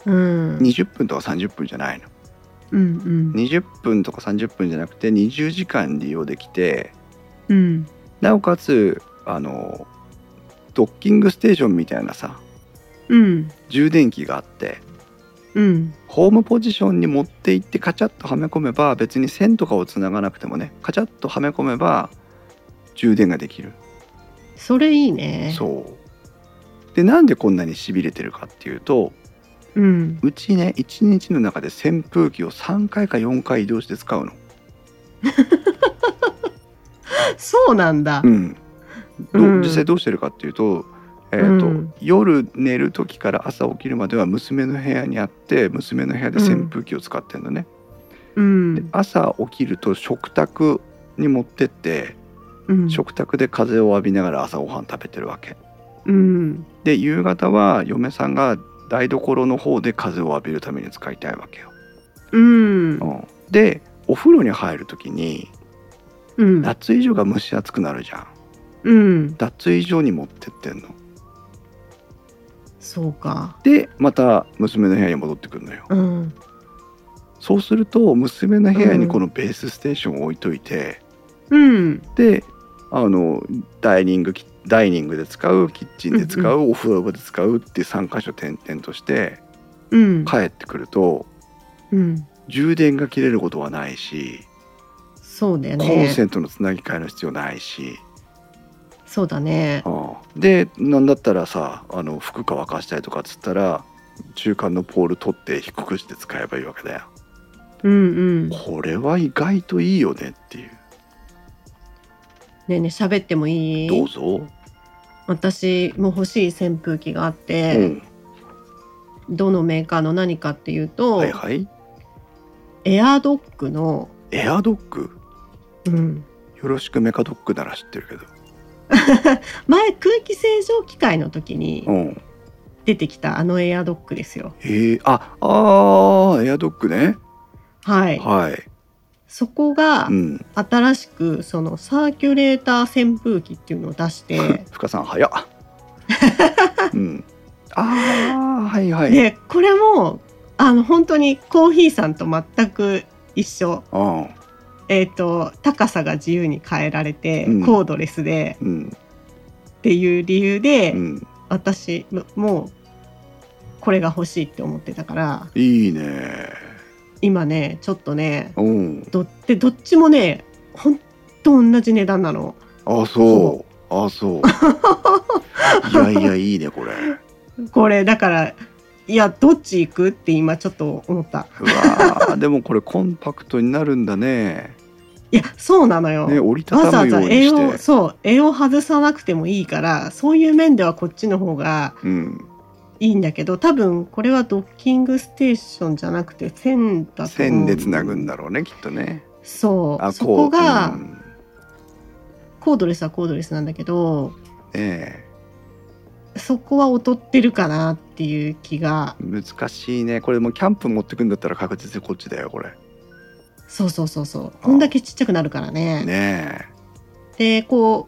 S2: うんうん
S1: 20分とか30分じゃないの
S2: うん
S1: 20分とか30分じゃなくて20時間利用できて
S2: うん
S1: なおかつあのドッキングステーションみたいなさ
S2: うん
S1: 充電器があって
S2: うん
S1: ホームポジションに持って行ってカチャッとはめ込めば別に線とかをつながなくてもねカチャッとはめ込めば充電ができる
S2: それいいね
S1: そうでなんでこんなにしびれてるかっていうと
S2: うん
S1: うちね1日の中で扇風機を3回か4回移動して使うの
S2: そうなんだ
S1: うん、ど
S2: うん
S1: 実際どうしてるかっていうと,、えーと
S2: うん
S1: 夜寝る時から朝起きるまでは娘の部屋にあって娘の部屋で扇風機を使ってるのね、
S2: うん
S1: で朝起きると食卓に持ってって
S2: うん
S1: 食卓で風を浴びながら朝ごはん食べてるわけ
S2: うん
S1: で夕方は嫁さんが台所の方で風を浴びるために使いたいわけよ、
S2: う
S1: う
S2: ん
S1: ん、でお風呂に入る時に
S2: うん
S1: 脱衣所が蒸し暑くなるじゃん
S2: うん
S1: 脱衣所に持ってってんの
S2: そうか
S1: でまた娘の部屋に戻ってくるのよ
S2: うん
S1: そうすると娘の部屋にこのベースステーションを置いといて、
S2: うん
S1: であのダイニングキダイニングで使うキッチンで使う、お風呂場で使うって3箇所点々として
S2: うん
S1: 帰ってくると
S2: うん
S1: 充電が切れることはないし
S2: そうだよ
S1: コン
S2: ね
S1: セントのつなぎ替えの必要ないし、
S2: そうだね
S1: うんでなんだったらさあの服乾かしたいとかっつったら中間のポール取って低くして使えばいいわけだよ。
S2: うんうん
S1: これは意外といいよねっていう
S2: ねえねえ喋ってもい
S1: どう
S2: い
S1: ぞ。
S2: 私も欲しい扇風機があっ
S1: う
S2: て、
S1: ん。
S2: どのメーカーの何かっていうと、
S1: はいはい。
S2: エアドッグの、
S1: エアドッグ。
S2: うん、
S1: よろしくメカドッグなら知ってるけど。
S2: 前空気清浄機械の時に
S1: うん。
S2: 出てきたあのエアドッグですよ。
S1: えー、あ、あーエアドッグね。
S2: はい、
S1: はい。
S2: そこが
S1: うん。
S2: 新しくそのサーキュレーター扇風機っていうのを出
S1: *laughs*
S2: して、
S1: 深さん早っ。うん。ああはいはい。
S2: でこれもあの本当にコーヒーさんと全く一緒、
S1: うん
S2: えー、と高さが自由に変えられて、
S1: うん
S2: コードレスで
S1: うん
S2: っていう理由で、
S1: うん。
S2: 私ももうこれが欲しいって思ってたから
S1: いいね。
S2: 今ねちょっとね
S1: うん。
S2: どでどっちもねほんと同じ値段なの
S1: あそう。あそう。 *laughs* いやいやいいねこれ。
S2: これだからいやどっち行くって今ちょっと思った
S1: う
S2: *laughs*
S1: わーでもこれコンパクトになるんだね。
S2: いやそうなのよ、
S1: ね折りた
S2: わざ
S1: た
S2: わ
S1: む
S2: ざ
S1: ように
S2: 絵
S1: して。
S2: をそう絵を外さなくてもいいからそういう面ではこっちの方が
S1: うん。
S2: いいんだけど多分これはドッキングステーションじゃなくて線だと思う
S1: 線でつなぐんだろうねきっとね。
S2: そう
S1: あ
S2: そこ
S1: う
S2: が、
S1: ん
S2: コードレスはコードレスなんだけど
S1: ねえ
S2: そこは劣ってるかなっていう気が
S1: 難しいねこれもうキャンプ持ってくんだったら確実にこっちだよこれ。
S2: そうそうそうそうこんだけちっちゃくなるからね
S1: ね
S2: でこ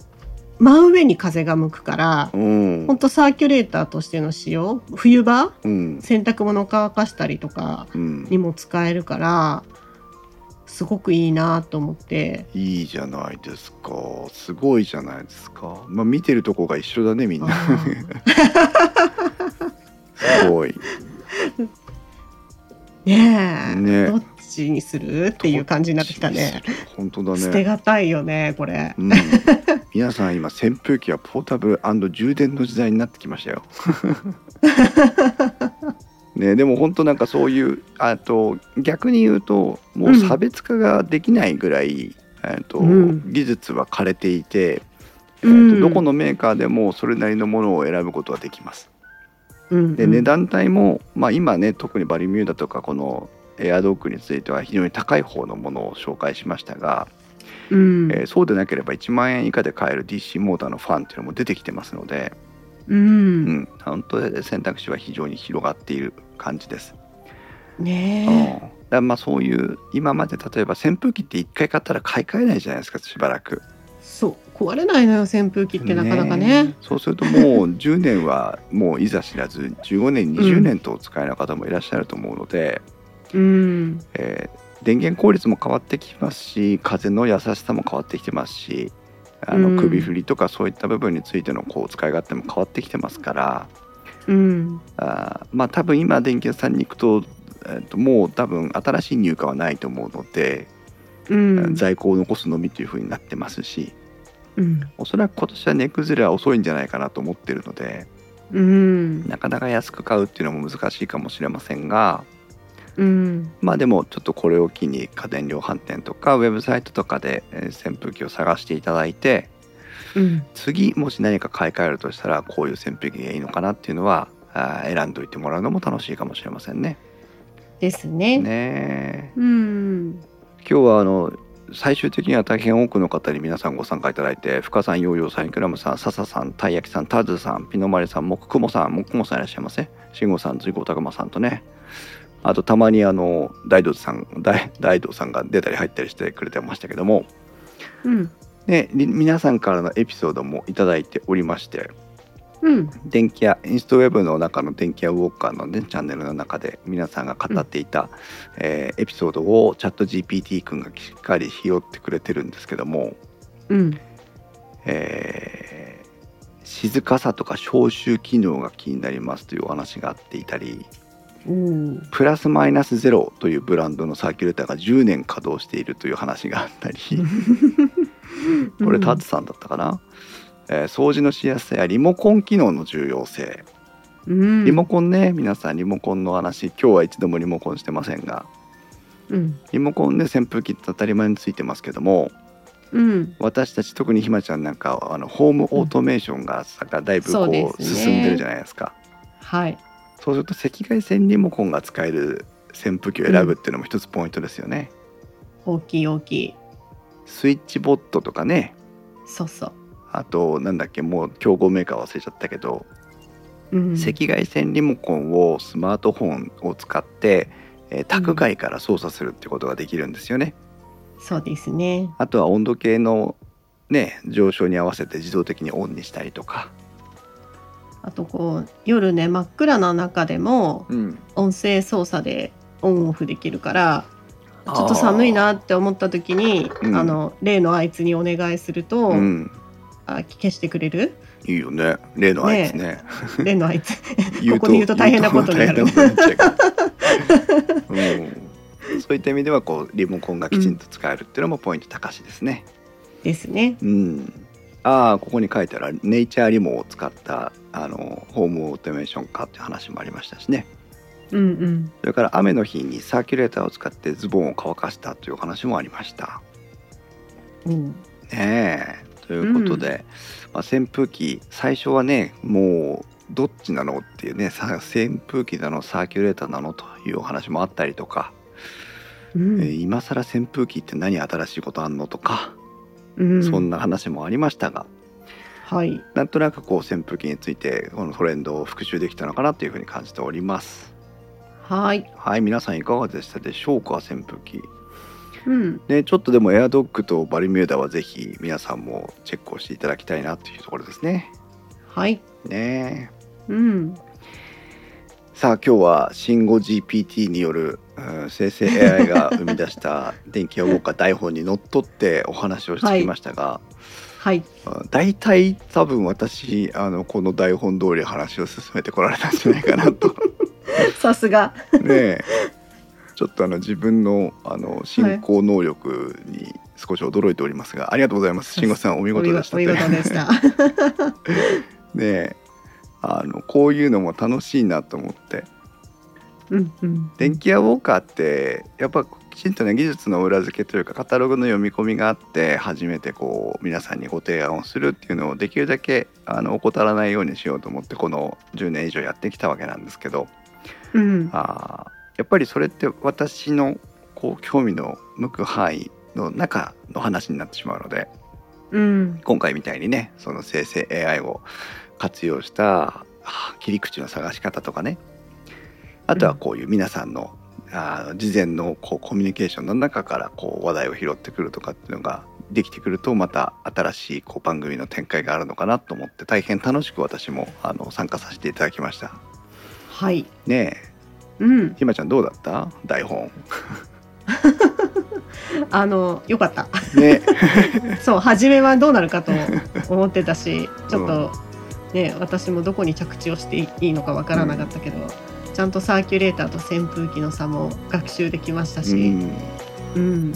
S2: う真上に風が向くから
S1: え。うん
S2: ほんとサーキュレーターとしての使用冬場
S1: うん
S2: 洗濯物を乾かしたりとか
S1: うん
S2: にも使えるからすごくいいなと
S1: *laughs*
S2: 思って
S1: いいじゃないですかすごいじゃないですかまあ見てるとこが一緒だねみん
S2: あ
S1: な
S2: ー
S1: すごい
S2: ねえ
S1: ね
S2: どっちにするっていう感じ *laughs* になってきたね
S1: 本当だ
S2: 捨て
S1: ね、
S2: がたいよねこれ
S1: うん、皆さん今扇風機はポータブル充電の時代になってきま
S2: *laughs*
S1: したよね、でも本当なんかそういうあと逆に言うともう差別化ができないぐらい、えっと
S2: うん
S1: 技術は枯れていて、え
S2: う
S1: っと
S2: ん
S1: どこのメーカーでもそれなりのものを選ぶことはできます。
S2: うん
S1: で値段帯も、まあ、今ね特にバリミューダとかこのエアドッグについては非常に高い方のものを紹介しましたが、
S2: うん
S1: えーそうでなければ1万円以下で買える DC モーターのファンっていうのも出てきてますので、
S2: う
S1: うんん、本当に選択肢は非常に広がっている感じです。
S2: ねえ
S1: うんだからまあそういう今まで例えば扇風機って1回買ったら買い替えないじゃないですかしばらく。
S2: そう壊れないのよ扇風機ってなかなかね
S1: えそうするともう10年はもういざ知らず15年20年とお使いの方もいらっしゃると思うので。
S2: うん
S1: えー電源効率も変わってきますし風の優しさも変わってきてますしあ
S2: うん
S1: の首振りとかそういった部分についてのこう使い勝手も変わってきてますから
S2: うん
S1: あーまあ多分今電気屋さんに行くと,、えーともう多分新しい入荷はないと思うので、
S2: うん
S1: 在庫を残すのみというふうになってますし
S2: うん
S1: おそらく今年は値崩れは遅いんじゃないかなと思ってるので
S2: うん
S1: なかなか安く買うっていうのも難しいかもしれませんが
S2: うん
S1: まあでもちょっとこれを機に家電量販店とかウェブサイトとかでえー扇風機を探していただいて
S2: うん
S1: 次もし何か買い替えるとしたらこういう扇風機がいいのかなっていうのはあー選んどいてもらうのも楽しいかもしれませんね。
S2: ですね
S1: ねえ
S2: うん
S1: 今日はあの最終的には大変多くの方に皆さんご参加いただいて深さんヨーヨーさんイクラムさん笹さんたい焼きさんタズさんピノマリさんもくくもさんもくもさんいらっしゃいますね慎吾さん随行たくまさんとねあとたまにあの大道さん大大道さんが出たり入ったりしてくれてましたけども、
S2: うん
S1: ね、り皆さんからのエピソードもいただいておりまして
S2: うん
S1: 電気屋インストウェブの中の電気屋ウォーカーのねチャンネルの中で皆さんが語っていた、えーエピソードをチャット GPT 君がしっかり拾ってくれてるんですけども、
S2: うん
S1: えー静かさとか消臭機能が気になりますというお話があっていたり
S2: うん
S1: プラスマイナスゼロというブランドのサーキュレーターが10年稼働しているという話があったりこれタツさんだったかな、えー掃除のしやすさやリモコン機能の重要性
S2: うん
S1: リモコンね皆さんリモコンの話今日は一度もリモコンしてませんが
S2: うん
S1: リモコンね扇風機って当たり前についてますけども
S2: うん、
S1: 私たち特にひまちゃんなんかはあのホームオートメーションがさだいぶこ
S2: そう
S1: う
S2: ですね
S1: 進んでるじゃないですか
S2: はい、
S1: そうすると赤外線リモコンが使える扇風機を選ぶっていうのも一つポイントですよね、
S2: 大きい大きい。
S1: スイッチボットとかね
S2: そうそう。
S1: あとなんだっけもう競合メーカー忘れちゃったけど、
S2: うん、
S1: 赤外線リモコンをスマートフォンを使って、えー宅外から操作するってことができるんですよね、
S2: そうですね。
S1: あとは温度計のね上昇に合わせて自動的にオンにしたりとか、
S2: あとこう夜ね真っ暗な中でも
S1: うん、
S2: 音声操作でオンオフできるからちょっと寒いなって思った時にあ、
S1: うん
S2: の例のあいつにお願いすると、
S1: うん
S2: あ消してくれ
S1: *laughs*
S2: る
S1: いいよね例のあいつね
S2: 例のあいつ
S1: 言う
S2: ここにいると大変なことにな
S1: 言
S2: る
S1: うと大変なことになっちゃうからうんそういった意味ではこうリモコンがきちんと使えるっていうのもポイント高しですね。
S2: ですね。
S1: うん、ああここに書いてあるネイチャーリモを使ったあのホームオートメーション化っていう話もありましたしね
S2: うんうん。
S1: それから雨の日にサーキュレーターを使ってズボンを乾かしたというお話もありました。
S2: うん、
S1: ねえということで、まあ、扇風機最初はねもうどっちなのっていうねさ扇風機なのサーキュレーターなのというお話もあったりとか、
S2: うん
S1: えー今更扇風機って何新しいことあんのとか、
S2: うん、
S1: そんな話もありましたが
S2: はい
S1: なんとなくこう扇風機についてこのトレンドを復習できたのかなというふうに感じております。
S2: はい、
S1: はい皆さんいかがでしたでしょうか扇風機。
S2: うん、
S1: ねちょっとでもエアドッグとバルミューダはぜひ皆さんもチェックをしていただきたいなというところですね。
S2: はい、
S1: ねえ
S2: うん、
S1: さあ今日は新語 GPT による、うん生成 AI が生み出した電気予防化台本にのっとってお話をしてきましたが、
S2: はい、
S1: うん大体多分私あのこの台本通り話を進めてこられたんじゃないかな
S2: *laughs*
S1: と
S2: *laughs* さすが、
S1: ねえちょっとあの自分のあの進行能力に少し驚いておりますが、ありがとうございます慎吾さんお見
S2: お
S1: 事
S2: 見
S1: でした
S2: 事お見事でし *laughs* た。
S1: ねえあのこういうのも楽しいなと思って
S2: うんうん、
S1: 電気屋ウォーカーってやっぱきちんとね技術の裏付けというかカタログの読み込みがあって初めてこう皆さんにご提案をするっていうのをできるだけあの怠らないようにしようと思ってこの10年以上やってきたわけなんですけど
S2: うん、
S1: あーやっぱりそれって私のこう興味の向く範囲の中の話になってしまうので
S2: うん、
S1: 今回みたいにねその生成 AI を活用したあ切り口の探し方とかねあとはこういう皆さんのあ事前のこうコミュニケーションの中からこう話題を拾ってくるとかっていうのができてくるとまた新しいこう番組の展開があるのかなと思って大変楽しく私もあの参加させていただきました。
S2: はい、
S1: ねえ
S2: うん。
S1: ひまちゃんどうだった台本。
S2: あのよかった。
S1: ね
S2: そう初めはどうな
S1: *laughs*
S2: るかと思ってたし、ちょっと、ね私もどこに着地をしていいのかわからなかったけど、ちゃんとサーキュレーターと扇風機の差も学習できました
S1: う
S2: し、
S1: ん、
S2: うん、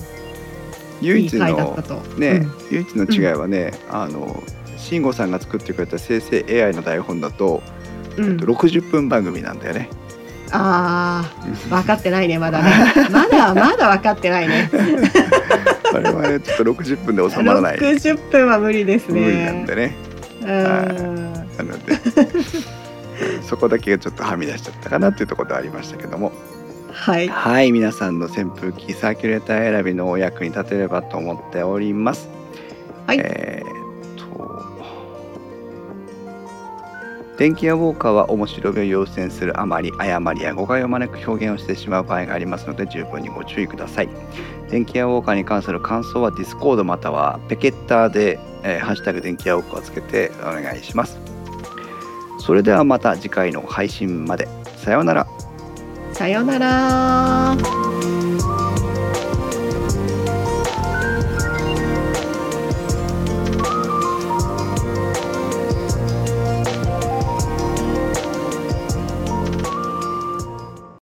S1: 唯
S2: いい
S1: 一
S2: 回だった
S1: の
S2: と。
S1: ね、唯一の違いはね、あの慎吾さんが作ってくれた生成 AI の台本だと、
S2: うん、
S1: えっと60分番組なんだよね。
S2: ああ、分かってないね
S1: *laughs*
S2: まだね。まだまだ分かってないね。
S1: 我々はちょっと60分で収まらない
S2: 六十分は無理ですね。
S1: 無理なんでね。
S2: うん
S1: なの
S2: *laughs*
S1: でそこだけちょっとはみ出しちゃったかなっていうところではありましたけども。
S2: はい、
S1: はい皆さんの扇風機サーキュレーター選びのお役に立てればと思っております。
S2: はい
S1: えーっと電気やウォーカーは面白みを優先するあまり誤りや誤解を招く表現をしてしまう場合がありますので十分にご注意ください電気やウォーカーに関する感想はディスコードまたはペケッターで、えーハッシュタグ電気やウォーカーをつけてお願いしますそれではまた次回の配信までさようなら
S2: さようなら。